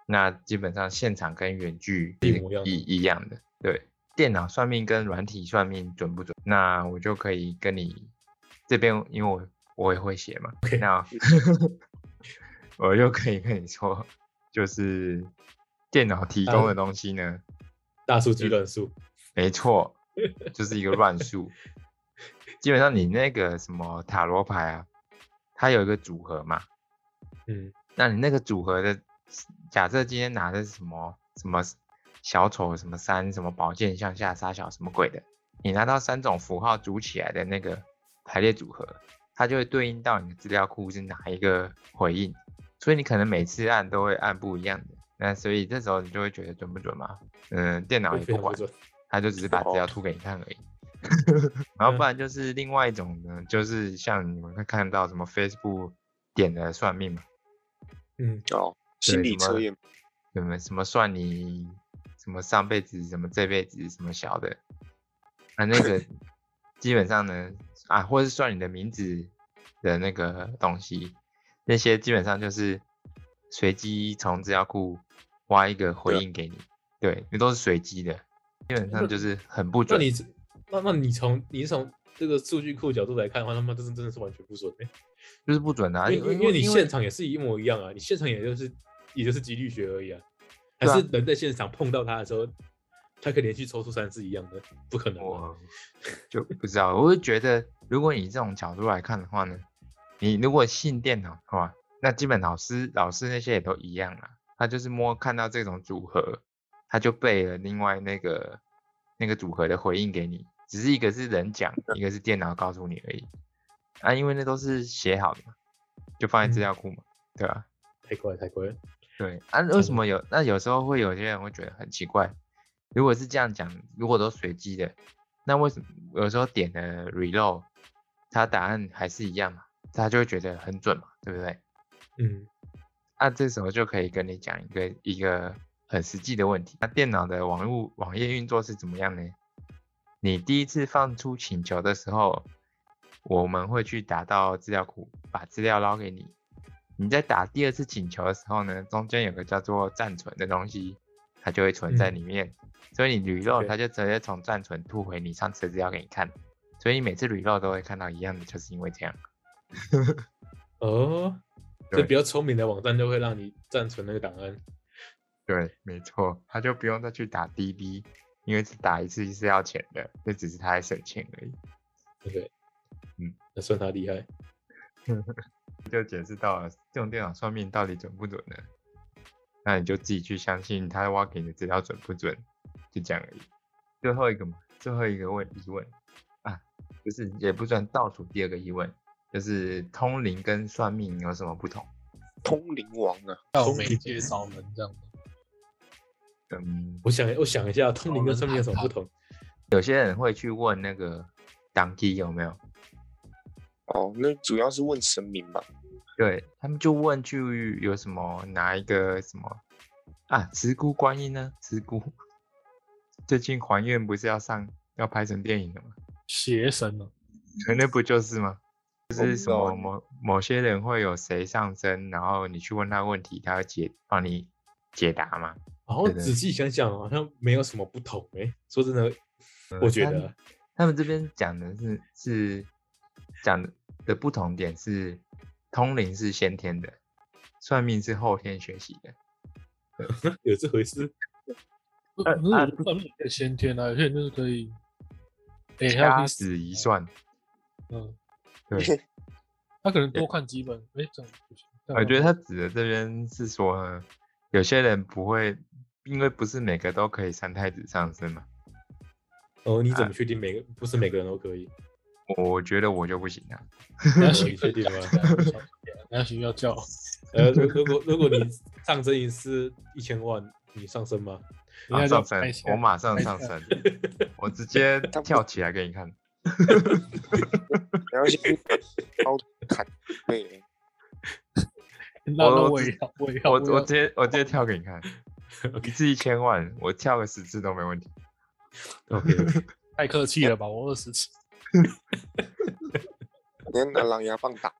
那基本上现场跟远距是一模一样的一一样的，对。电脑算命跟软体算命准不准？那我就可以跟你这边，因为我我也会写嘛 OK 那我就可以跟你说，就是电脑提供的东西呢，大数嗯据论述，没错，就是一个乱数。基本上你那个什么塔罗牌啊，它有一个组合嘛，嗯，那你那个组合的，假设今天拿的是什么什么小丑什么三什么宝剑向下杀小什么鬼的，你拿到三种符号组起来的那个排列组合，它就会对应到你的资料库是哪一个回应，所以你可能每次按都会按不一样的。那所以这时候你就会觉得准不准嘛？嗯，电脑会也非不常管，不准。他就只是把资料吐给你看而 已。然后嗯不然就是另外一种呢，就是像你们会看到什么 Facebook 点的算命嘛，嗯，哦，心理什么测验什么什么算你什么上辈子什么这辈子什么小的，啊那 个基本上呢啊，或是算你的名字的那个东西，那些基本上就是随机从资料库挖一个回啊对应给你，对，那都是随机的，基本上就是很不那准。你那那你从你是从这个数据库角度来看的话，他妈这是真的是完全不准的、就是不准的、啊，因为因因为因为你因现场也是一模一样啊，你现场也就是也就是几率学而已啊，还对啊是人在现场碰到他的时候，他可以连续抽出三次一样的，不可能啊。我 就不知道，我就觉得，如果以这种角度来看的话呢，你如果信电脑的话，那基本老师老师那些也都一样啦，他就是摸看到这种组合，他就背了另外那个那个组合的回应给你，只是一个是人讲，一个是电脑告诉你而已。啊，因为那都是写好的嘛，就放在资嗯料库嘛，对吧、太快了太快了，对啊，的为什么有？那有时候会有些人会觉得很奇怪，如果是这样讲，如果都随机的，那为什么有时候点了 reload，它答案还是一样嘛？他就会觉得很准嘛，对不对？嗯，那这时候就可以跟你讲一个一个很实际的问题，那电脑的网络网页运作是怎么样呢？你第一次放出请求的时候，我们会去打到资料库，把资料捞给你。你在打第二次请求的时候呢，中间有个叫做暂存的东西，它就会存在嗯里面，所以你 reload OK 它就直接从暂存吐回你上次的资料给你看，所以你每次 reload 都会看到一样的，就是因为这样。哦，对这比较聪明的网站就会让你暂存那个档案，对，没错，他就不用再去打滴滴，因为只打一次是要钱的，这只是他在省钱而已。 OK，嗯，那算他厉害。就解释到了这种电脑算命到底准不准呢？那你就自己去相信他挖给你的资料准不准，就这样而已。最后一个嘛，最后一个问疑问啊，就是也不算倒数第二个疑问，就是通灵跟算命有什么不同？通灵王啊，到媒介扫门这样子，嗯，我想我想一下，通灵跟算命有什么不同？有些人会去问那个当机有没有，哦，那主要是问神明吧。对他们就问去有什么哪一个什么啊，慈姑观音呢？慈姑最近还愿不是要上要拍成电影了吗？邪神哦，那不就是吗？就我是不嗯什知么道欸某某些人会有谁上身，然后你去问他问题，他会解帮你解答嘛？然后对对仔细想想，好像没有什么不同诶、说真的，我觉得嗯啊他们这边讲的是是讲的不同点是，通灵是先天的，算命是后天学习的。有这回事。可是啊我觉得算命也可以先天啊，有些人就是可以，哎、他可掐以指一，算，嗯，对， 他可能多看几本，哎、这样不行。这样我觉得他指的这边是说呢，有些人不会，因为不是每个都可以三太子上身嘛。哦，你怎啊么确定每个不是每个人都可 以？我我觉得我就不行啊，你 要你洗确定吗？你要洗要啊叫，呃，如如果如果你上升一次一千万，你上升吗？人马家上叫升拍一，下我马上拍一上下升， 我直接他不跳起来给你看。然后先 高砍背，那那我我也要，我也要，我我也我要直接我直接跳给你 看，一 OK 次一千万，我跳个十次都没问题。 OK，太客气了吧，我二十 次。等下拿狼牙棒 打。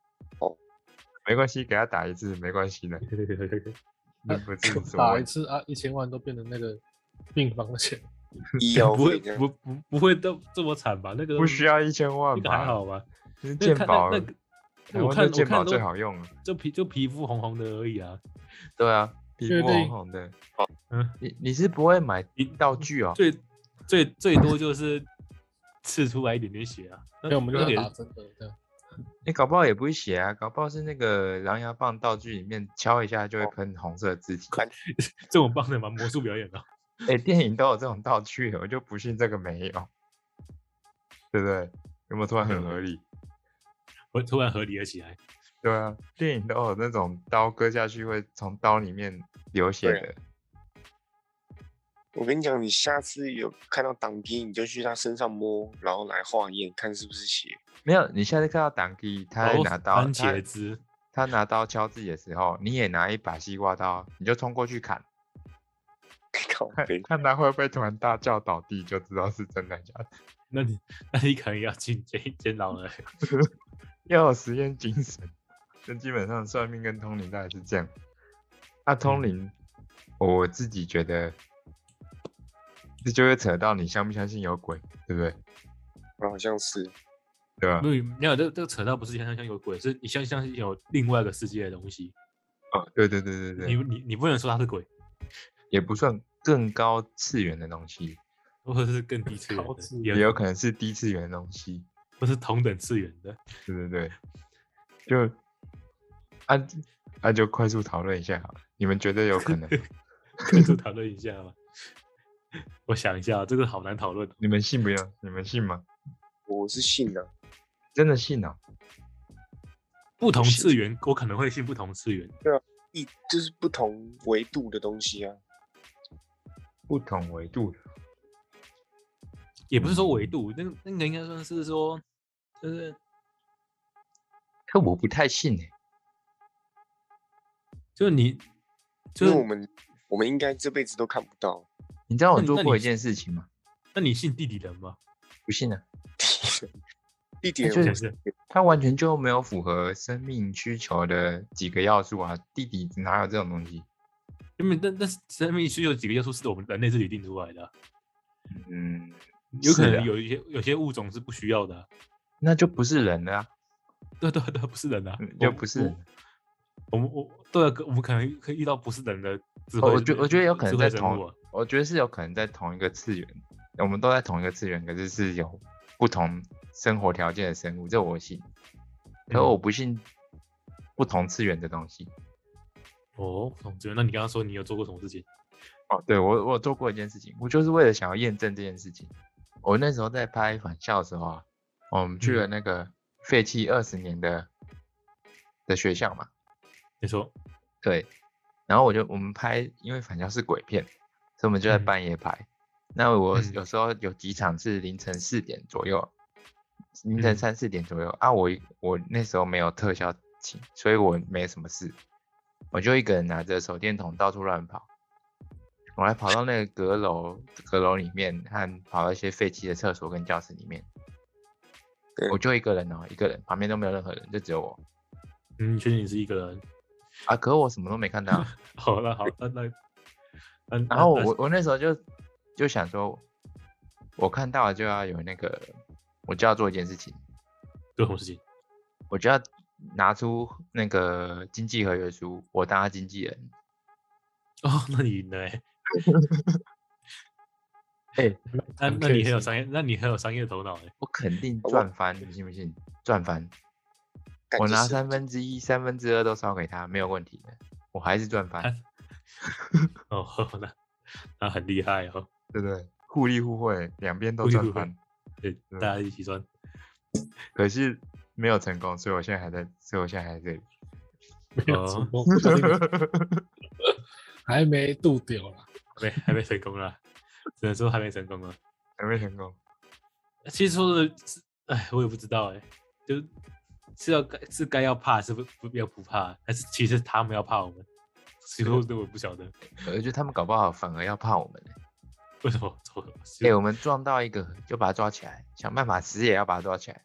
没关系，给他打一次没关系的，那 不是什嗯么呃打一问题。次啊，一千万都变成那个病房的钱，医药不费会这样，不不不会到这么惨吧？那个不需要一千万那个还吧？好吧？就是那健看保那，那台个我湾看的我健看保都最好用了。就皮就皮肤红红的而已啊。对啊，皮确肤红定红的。嗯，你你是不会买你道具哦？最最最多就是刺出来一点点血啊。那所以我们就那要个也打是针的啊这样。你搞不好也不会写啊，搞不好是那个狼牙棒道具里面敲一下就会哦喷红色的字体。看这么棒的嘛，魔术表演啊。哎、电影都有这种道具了，我就不信这个没有，对不对？有没有突然很合理？我突然合理了起来。对啊，电影都有那种刀割下去会从刀里面流血对啊的，我跟你讲，你下次有看到挡机，你就去他身上摸，然后来化验，看是不是血。 没有。你下次看到党弟他在哦拿刀，他番茄汁，他拿刀敲自己的时候，你也拿一把西瓜刀，你就冲过去砍，靠看背，看他会不会突然大叫倒地，就知道是真的假的。那你那你可能要进监监牢 了。要有实验精神。那基本上算命跟通灵大概是这样。那、通灵，我自己觉得，这就会扯到你相不相信有鬼，对不对？好像是对吧？没有没有，这这个扯到不是相信有鬼，是你相相信有另外一个世界的东西。啊，对对对对对，你你你不能说它是鬼，也不算更高次元的东西，或者是更低次元高的次，也也有可能是低次元的东西。或是同等次元的。对对对，就啊啊，就快速讨论一下好了。你们觉得有可能吗？快速讨论一下吧。 我想一下，啊这个好难讨论。你们信不信？你们信吗？我是信的、真的信哦？不同信次元，我可能会信不同次元。一就是不同维度的东西啊。不同维度的，也不是嗯说维度，那个那个应该算是说，就是可我不太信哎、就是你，就因为我是们我们应该这辈子都看不到。 你知道我那你做那过你一件事情吗？那你信地底人吗？不信啊，地点就就对是它完全就没有符合生命需求的几个要素啊！地底哪有这种东西？因为但但是生命需求几个要素是我们人类自己定出来的啊、嗯，有可是能啊有一些有些物种是不需要的 啊、那就不是人了、啊，对对对，不是人啊嗯，我就不是人。我们我对啊，可我们可能可以遇到不是人的智哦慧我是觉不是我觉得有可能智慧在生同物啊我觉得是有可能在同一个次元，我们都在同一个次元，可是是有不同生活条件的生物，这我信。可嗯我不信不同次元的东西。哦，同志。那你刚刚说你有做过什么事情？哦，对我我做过一件事情，我就是为了想要验证这件事情。我那时候在拍返校的时候啊，我们去了那个废弃二十年的的学校嘛，你说对，然后我就我们拍，因为返校是鬼片，所以我们就在嗯半夜拍。那我嗯有时候有几场是凌晨四点左右，凌晨嗯三四点左右啊我一，我那时候没有特效请，所以我没什么事，我就一个人拿着手电筒到处乱跑。我还跑到那个阁楼，阁楼里面，和跑到一些废弃的厕所跟教室里面对。我就一个人哦，一个人，旁边都没有任何人，就只有我嗯你确定你是一个人？啊。可是我什么都没看到，好，那好，那那那然后我我那时候就就想说，我看到了就要有那个，我就要做一件事情，做什么事情？我就要拿出那个经济合约书，我当他经纪人。 哦，那你赢了欸。哎、那很那你 case 很有商业，那你很有商业头脑哎。我肯定我赚翻，你信不信？赚翻！干我就拿是三分之一、三分之二都烧给他，没有问题的，我还是赚翻，哦， 那那很厉害哦，对不对？互利互惠，两边都互利赚互惠翻。对，嗯大家一起赚。可是没有成功，所以我现在还在，所以我现在还在这里。没有哦成功，这个还没渡掉啦。没还没成功啦，只能说还没成功啊。 还没成功。其实说的，哎，我也不知道哎，就是要该是该要怕，是不不要不怕，但是其实他们要怕我们，其实我我也不晓得我觉得他们搞不好反而要怕我们、欸。为什么。我哎、我们撞到一个就把他抓起来，想办法死也要把他抓起来，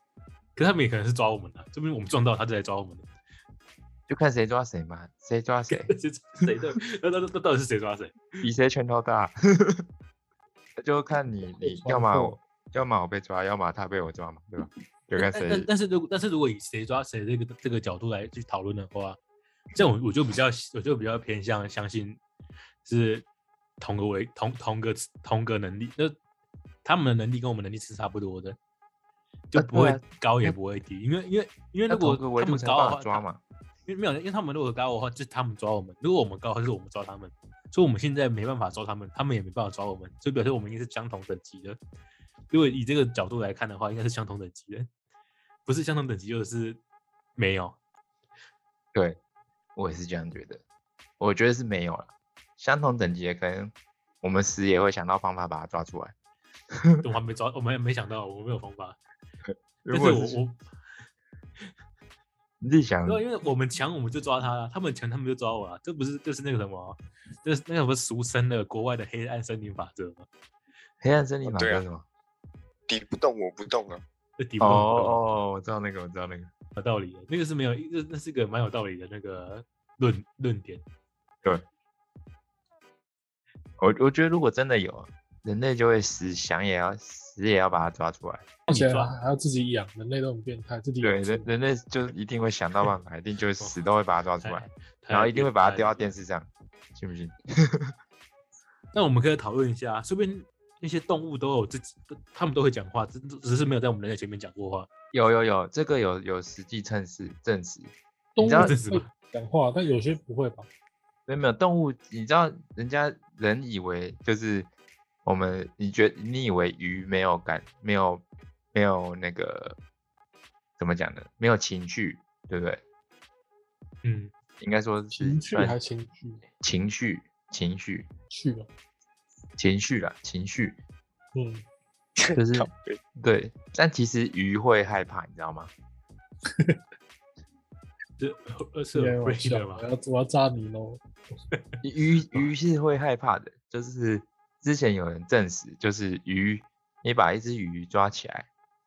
可是他们也可能是抓我们的，说不定我们撞到他就来抓我们了。，就看谁抓谁嘛，谁抓谁 这谁的？那那那那到底是谁抓谁？比谁拳头大， 就看你你被要么抓我要么我被抓，要么他被我抓嘛，对吧？就 看但但谁但是如果但是如果以谁抓谁这个这个角度来去讨论的话，这样我我就比较我就比较偏向相信是同个为同同个同个能力，就他们的能力跟我们能力是差不多的，就啊不会对啊高也不会低，因为因为因为那如同果个维他度们才有高办的法话，抓他嘛。因为没有，因为他们如果高的话，就是他们抓我们；如果我们高的话，就是我们抓他们。所以我们现在没办法抓他们，他们也没办法抓我们，所以表示我们应该是相同等级的。如果以这个角度来看的话，应该是相同等级的，不是相同等级就是没有。对，我也是这样觉得，我觉得是没有了，相同等级的可能我们死也会想到方法把他抓出来。我还没抓，我们也没想到，我没有方法。但如是果嗯我我你自己想没有，因为我们强，我们就抓他啊了；他们强，他们就抓我了。啊这不是就是那个什么，啊就是那个什么俗称的国外的黑暗森林法则吗？黑暗森林哦法对则啊什么？敌不动我不动啊，这敌不哦动我不动哦，我知道那个，我知道那个。有道理的，那个是没有，那那是个蛮有道理的那个论论点。我我觉得如果真的有，人类就会死，想也要死也要把它抓出来。而且还要自己养，人类都很变态，自己对，养猪人人类就一定会想到办法，一定就是死都会把它抓出来，太然后一定会把它丢到。太电视上，信不信？那我们可以讨论一下，说不定那些动物都有自己，他们都会讲话，只只是没有在我们人类前面讲过话。有有有，这个有有实际证实证实。动你物知道这是什会么讲话，但有些不会吧？没有没有动物，你知道人家人以为就是我们，你觉你以为鱼没有感，没有没有那个怎么讲呢？没有情绪，对不对？嗯，应该说是情绪算还情绪情绪情绪去吧，情绪啦，情绪嗯，就是靠背对，但其实鱼会害怕，你知道吗？这呃是今天有玩 free 笑的，嘛 我？要我要炸你喽！鱼鱼是会害怕的，就是之前有人证实，就是鱼，你把一只鱼抓起来，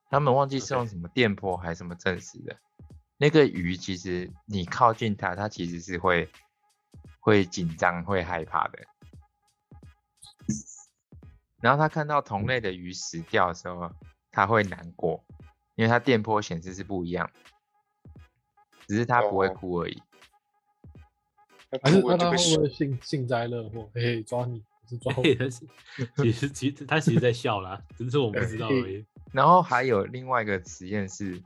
他们忘记是 OK 用什么电波还是什么证实的，那个鱼其实你靠近它，它其实是会会紧张、会害怕的。然后它看到同类的鱼死掉的时候，它会难过，因为它电波显示是不一样的，只是它不会哦哭而已。那还是啊不那会就他被会不说会幸幸灾乐祸？嘿嘿，抓你，不是抓我。嘿啊他是其实其实他其实在笑啦，只是我们不知道而已。然后还有另外一个实验是，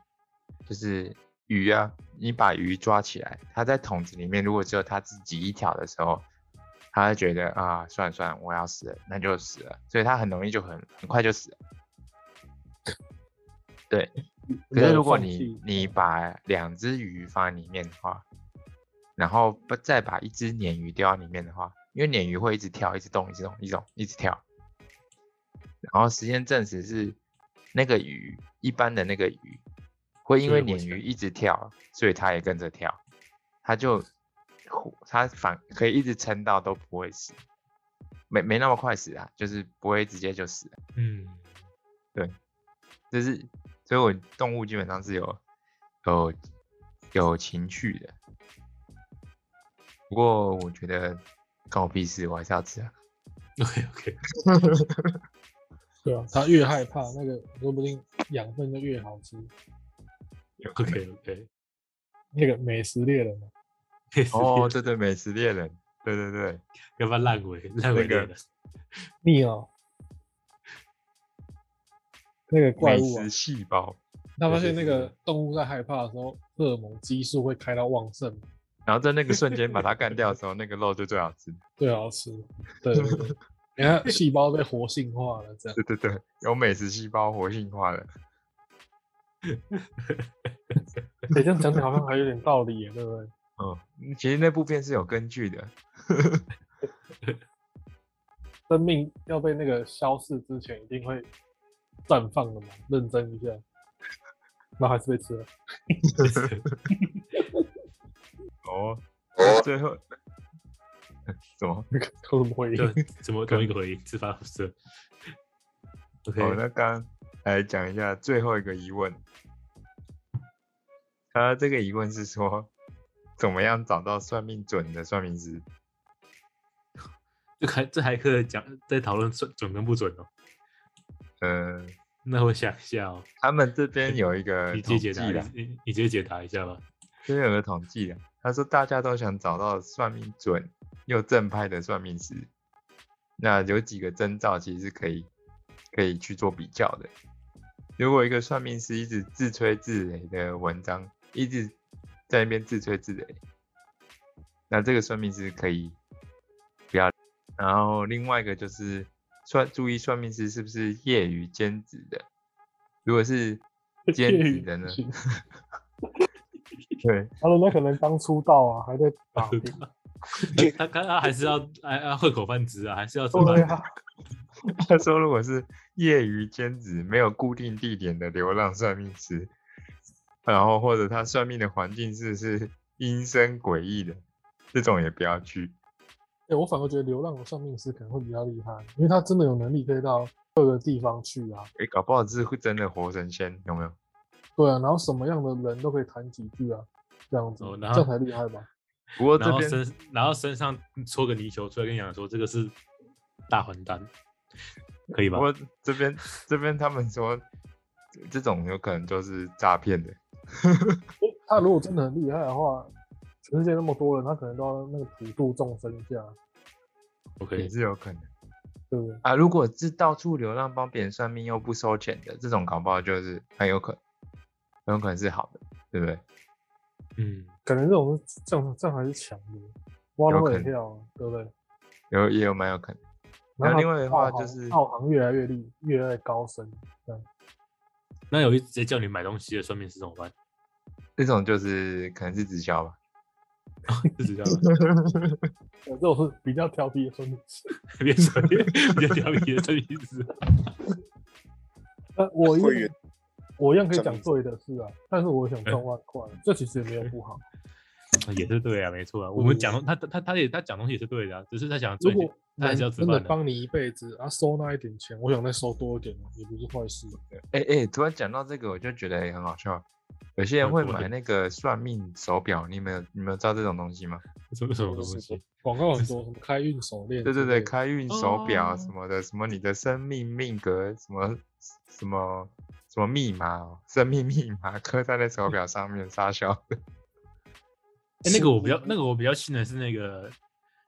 就是鱼啊，你把鱼抓起来，它在桶子里面，如果只有它自己一条的时候，它会觉得啊，算了算了，我要死了，那就死了，所以它很容易就很很快就死了。可是如果你你把两只鱼放在里面的话，然后不再把一只鲶鱼丢到里面的话，因为鲶鱼会一直跳，一直动，一直动，一直动，一直跳。然后实验证实是那个鱼，一般的那个鱼，会因为就会活鲶起来鱼一直跳，所以它也跟着跳，它就它反可以一直撑到都不会死，没没那么快死啊，就是不会直接就死。嗯，就是，所以我动物基本上是有有有情趣的。不过我觉得关我屁事，我还是要吃啊。 OK OK，对啊，他越害怕那个，说不定养分就越好吃。 OK OK，那个美食猎人嘛，啊哦，对对，美食猎人，对对对，要不然烂尾烂尾那个猎人，腻哦，那个怪美物啊食，细胞。他发对现对那对个动物在害怕的时候，荷尔蒙激素会开到旺盛嘛，然后在那个瞬间把它干掉的时候，那个肉就最好吃。最好吃。对对 对，你看细胞被活性化了，这样对对对，有美食细胞活性化了。对，欸这样讲起来好像还有点道理耶，对不对？嗯，其实那部片是有根据的。生命要被那个消逝之前，一定会绽放的嘛，认真一下，那还是被吃了。 哦，那最后 怎么？偷什么回应？ 对，怎么同一个回应？自发辐射。OK，好，那刚来讲一下最后一个疑问。他这个疑问是说，怎么样找到算命准的算命师？这还这还可以讲，在讨论准准跟不准哦。呃，那我想一下哦，他们这边有一个你统直计接解的答，，你你直接解答一下吧。这边有个统计的，他说大家都想找到算命准又正派的算命师，那有几个征兆其实是可以可以去做比较的。如果一个算命师一直自吹自擂的文章，一直在那边自吹自擂，那这个算命师可以不要。然后另外一个就是算注意算命师是不是业余兼职的，如果是兼 业职余的呢兼？ 对，他说那可能刚出道啊，还在打拼，他刚刚还是要还要混口饭吃啊，还是要什么对？啊， 他说，如果是业余兼职、没有固定地点的流浪算命师，然后或者他算命的环境是是阴森诡异的，这种也不要去。哎、我反而觉得流浪的算命师可能会比较厉害，因为他真的有能力可以到各个地方去啊。诶，搞不好是会真的活神仙，有没有？对啊，然后什么样的人都可以谈几句啊，这样子，哦这然后样才厉害吧？不过然这后边身然后身上搓个泥球出来跟你讲说这个是大还丹，可以吧不？过这边这边他们说，这种有可能就是诈骗的。他如果真的很厉害的话，全世界那么多人，他可能都要那个普度众生一下，也 OK，是有可能对不对？啊。如果是到处流浪帮别人算命又不收钱的，这种搞不好就是很有可能，很有可能是好的，对不对？嗯，可能这种是这样这样还是强的，挖有都可会能跳啊，对不对？有也有蛮有可能。然然后后另外的话就他是道行越来越厉，越来越高深。那有一直接叫你买东西的算命师怎么办？这种就是可能是直 销吧。就直接叫我呃这种是比较挑剔的算命师。别说别别调皮的算命师， 那呃我一会员样，我一样可以算讲命对的事啊，但是我想嗯赚万块，这其实也没有 不好。也是对啊，没错啊。我们讲东他他他也他讲东西也是对的啊，只是他想如赚钱果，他还能是要吃真的饭的。帮你一辈子啊，收那一点钱，我想再收多一点啊嘛，也不是坏事。哎哎、突然讲到这个，我就觉得也很好笑。有些人嗯会怎么买会那个算命手表，你们有你们有知道这种东西吗？什么什么就东是西？广告很多，什么开运手链之对类的，对对，开运手表啊哦什么的，什么你的生命命格什么什么什么 密码、哦，生命密码刻在那手表上面，傻笑。哎哎、那个我比较，那个我比较信的是那个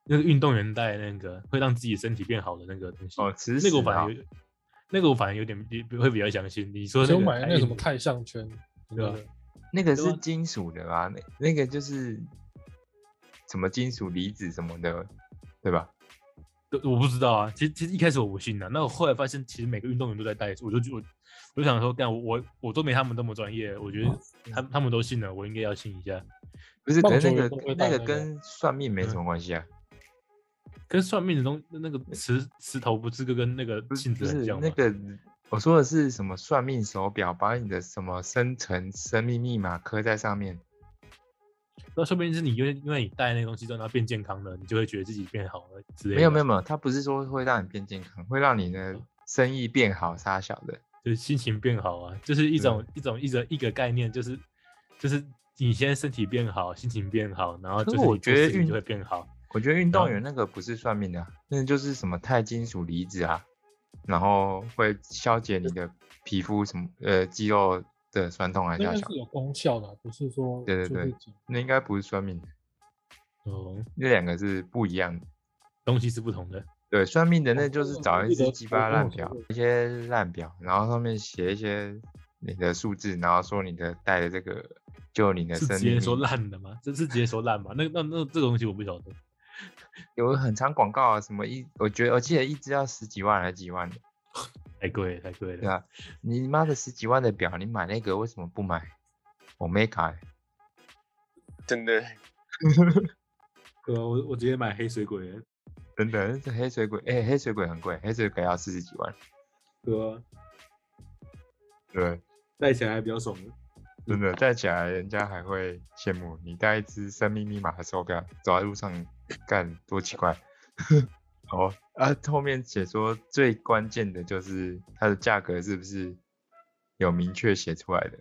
那个运动员带那个会让自己身体变好的那个东西。哦，磁石那个我反啊而有，那个我反而有点比会比较相信。你说我那就个买那台个什么银太象圈，对啊对那个是对啊金属的吧？那那个就是什么金属离子什么的，对吧？对我不知道啊，其实其实一开始我不信的、那我后来发现，其实每个运动员都在带，我就我我就想说，干我我我都没他们那么专业，我哦觉得他他们都信了，我应该要信一下。不是，棒可是球那员个都那会戴个那个跟算命没什嗯么关系啊，跟算命的东那个石石头不是个跟那个不是性不质很是像吗？那个。我说的是什么算命手表，把你的什么生辰生命密码刻在上面，那说不定是你因为因为你带那个东西之后，然后变健康了，你就会觉得自己变好了之类的。没有没有，没有，它不是说会让你变健康，会让你的生意变好，啥小的。就是心情变好啊，就是一种、一种一种一个概念，就是就是你先身体变好，心情变好，然后可就是是我你做觉得事情运就会变好。我觉得运然动后员那个不是算命的啊、那就是什么钛金属离子啊，然后会消解你的皮肤什么呃肌肉的酸痛啊，那啥个小是的。有功效的，啊不是说对对就是对讲那应该不是算命的，哦，那两个是不一样的。东西是不同的。对，算命的那哦就是我找一记只得鸡我巴跟烂我说表过，一些烂表，然后上面写一些你的数字，然后说你的带的这个就你的是生直命接说密码烂的吗？这是直接说烂吗？那那那这个东西我不晓得。有很长广告啊，什么一，我觉得我记得一只要十几万还是几万的，太贵了，太贵对了。啊，你妈的十几万的表，你买那个为什么不买我没卡欸？真的对啊，我我直接买黑水鬼了，真的，这黑水鬼，哎、黑水鬼很贵，黑水鬼要四十几万，对啊，对，戴起来还比较爽。真的戴起来人家还会羡慕你戴一只生命密码的手表，走在路上干多奇怪。 哦啊，后面写说最关键的就是它的价格是不是有明确写出来的，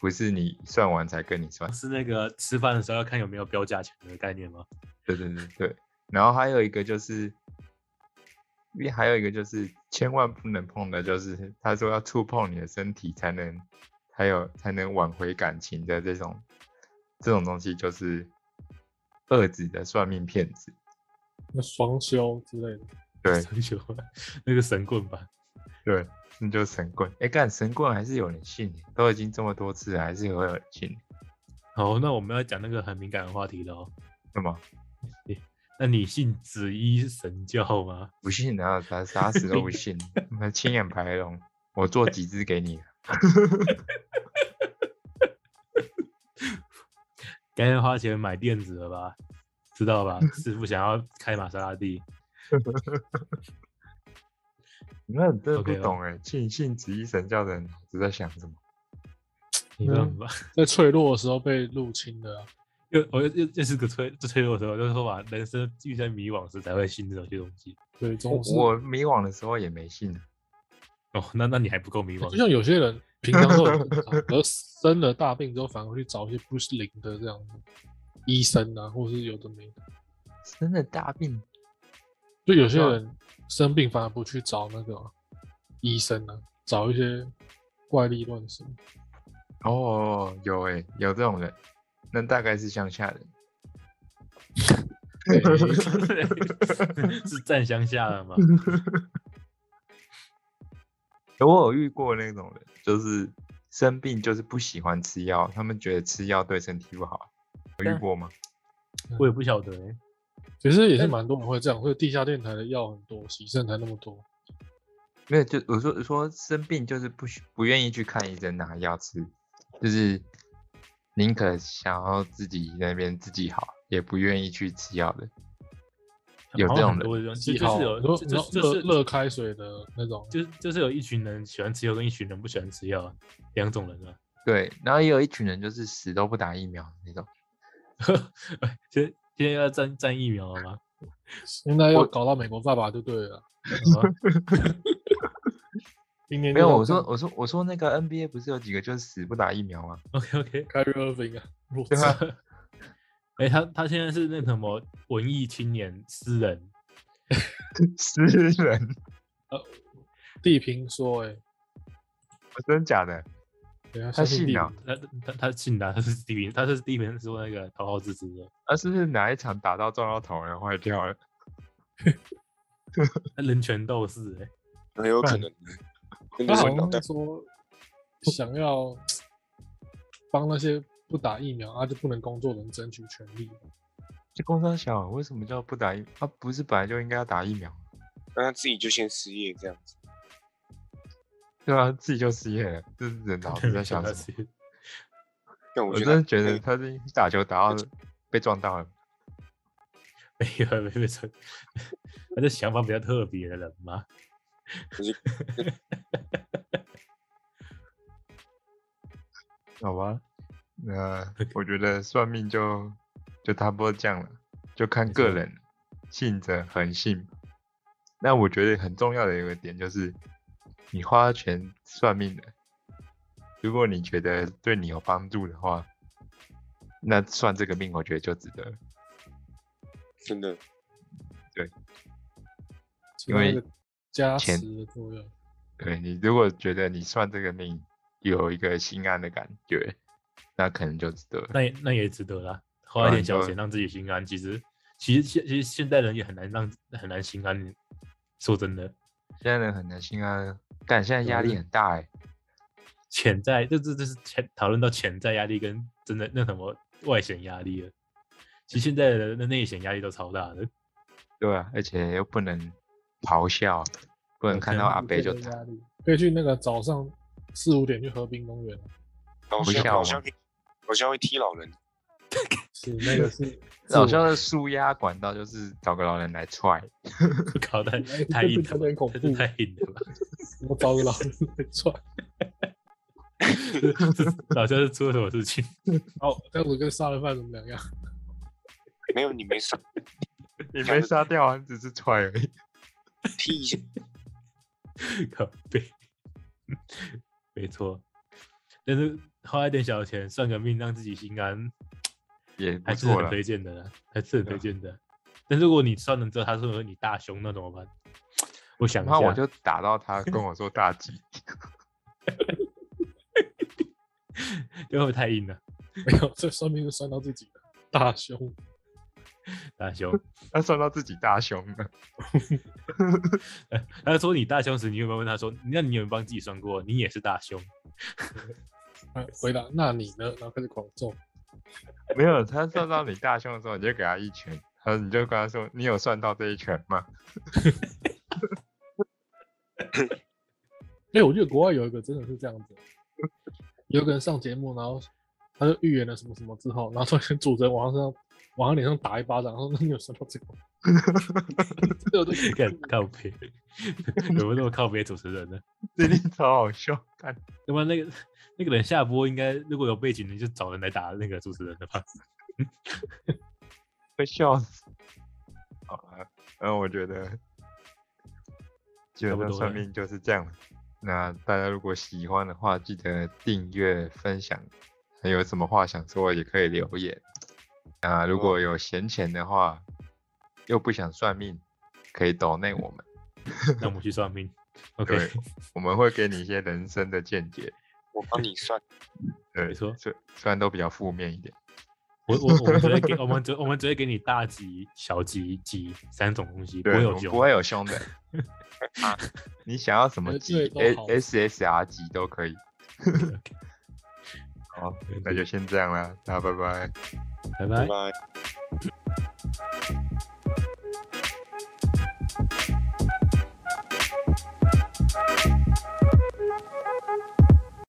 不是你算完才跟你算。是那个吃饭的时候要看有没有标价钱的概念吗？对对对对，然后还有一个就是，因为还有一个就是千万不能碰的，就是他说要触碰你的身体才能，还有才能挽回感情的这种，这种东西就是二子的算命骗子。那双修之类的， 对那个神棍吧，对，那就是神棍。哎，干神棍还是有人信耶，都已经这么多次了，还是会有人信，好，那我们要讲那个很敏感的话题了哦。是吗？那你信紫衣神教吗？不信啊，打打死都不信，那青眼白龙，我做几只给你。该花钱买电子了吧？知道吧？师傅想要开玛莎拉蒂，你看，你真的不 OK 吧懂哎、信信子衣神教的人脑子在想什么？没办法，在脆弱的时候被入侵的啊， 又我又又又是个脆最脆弱的时候，就是说嘛，人生遇在迷惘时才会信这种些东西。对，总哦是我迷惘的时候也没信啊，哦，那那你还不够迷欸就惘，像有些人平常都很正常，而生了大病之后反而去找一些不是灵的这样的医生啊，或是有的没的，真的大病就有些对啊人生病反而不去找那个医生啊，找一些怪力乱 神。哦，有哎、有这种人，那大概是乡下人， 是站乡下了吗？我有遇过那种人，就是生病就是不喜欢吃药，他们觉得吃药对身体不好，有遇过吗？我也不晓得欸、其实也是但蛮多人会这样，所以地下电台的药很多，洗肾才那么多。嗯没有，就我说我说生病就是不喜不愿意去看医生拿药吃，就是宁可想要自己那边自己好，也不愿意去吃药的。有好这像种很人多人，就记就号是啊，有你说就你说就热是热开水的那种，就是就是有一群人喜欢吃药，跟一群人不喜欢吃药啊，两种人啊。 对，然后也有一群人就是死都不打疫苗的那种。现在现在要站站疫苗了吗？应该要我搞到美国爸爸就对了。好吧今年没有，我说我说我说那个 NBA 不是有几个就是死不打疫苗吗？ OK OK，开热 i 啊，弱对啊智，哎、他他现在是那什么文艺青年诗人，诗人，地平说哎、真的假的？哎、对他他相信信地啊名，他他他信达，他是第一名，他是第一名说那个讨好自知的，他啊是不是哪一场打到撞到头人坏掉了？他人权斗士哎、很有可啊能。真的他是好脑像袋是说想要帮那些不打疫苗啊就不能工作的人争取权利。这工商小为什么叫不打疫？他、不是本来就应该要打疫苗，那他自己就先失业这样子。对吧、自己就失业了，这是人脑子在 想什么？么？但我我觉真得的他觉得那他是打球打到被撞到了，没有没有没有，他的想法比较特别的人嘛。好吧？那我觉得算命就就差不多这样了，就看个人，信者恒信。那我觉得很重要的有一个点就是，你花钱算命的，如果你觉得对你有帮助的话，那算这个命我觉得就值得了。真的因为起到一个加钱持的作用。对你如果觉得你算这个命有一个心安的感觉，那可能就值得了。那也那也值得啦，花一点小钱让自己心安。其实其实现其实现代人也很难让很难心安，说真的，现在人很难心安，但现在压力很大哎、潜在这这这是潜讨论到潜在压力跟真的那什么外显压力了。其实现在的内显压力都超大的，对啊，而且又不能咆哮，不能有看可到能阿伯就无限的打。压力，可以去那个早上四五点去河滨公园啊，老不啊乡像老我乡可以老乡会踢老人，是那个是老肖的舒压管道就是找个老人来踹，搞得哎太硬这个真的了很吧，恐这怖是太硬了吧？ 我找个老人来踹，这是老像是出了什么事情？哦，这样子跟杀人犯怎么两样？ 没有你没上 你没杀掉啊，你只是踹而已。踢一下，靠背， 没错。但是花一点小钱算个命，让自己心安， 也不还是错很了，推荐的啦，还是很对推啊荐的。但如果你算了之后，他说你大胸，那怎么办？我想一然后下，我就打到他跟我说大吉，因为 会太硬了，没有，这算命是算到自己的大胸。大胸。 他算到自己大胸了。呃 他说你大胸时，你有没有问他说，那你有没有帮自己算过？你也是大胸，哎回答那你呢？然后开始狂揍， 没有，他算 到你大胸的时候，你就给他一拳，然后你就跟他说：“你有算到这一拳吗？” 哎、我记得国外有一个真的是这样子，有一个人上节目，然后他就预言了什么什么之后，然后突然主持人往他身上往他脸上打一巴掌，然后说那你有算到这个吗？ 这个我都 干靠背， 有没有那么靠背主持人呢？最近超好笑，看要不然那个 那个人下播应该如果有背景的，你就找人来打那个主持人的 吧。会笑死。 好了，然后我觉得基差本不上多算了命就是这样了。那大家如果喜欢的话，记得订阅、分享，还有什么话想说也可以留言。那如果有闲钱的话，又不想算命，可以抖内我们，那我们去算命。对 OK，我们会给你一些人生的见解。我帮你算。对，没错虽虽然都比较负面一点。我我我们只会给我们只我们只会给你大吉、小吉、吉三种东西，不对，会我有们九。不会有凶的。 啊你想要什么呃级对都好？S S R 级都可以。 OK，好没问，那就题先这样啦，大家拜拜。拜拜。拜拜。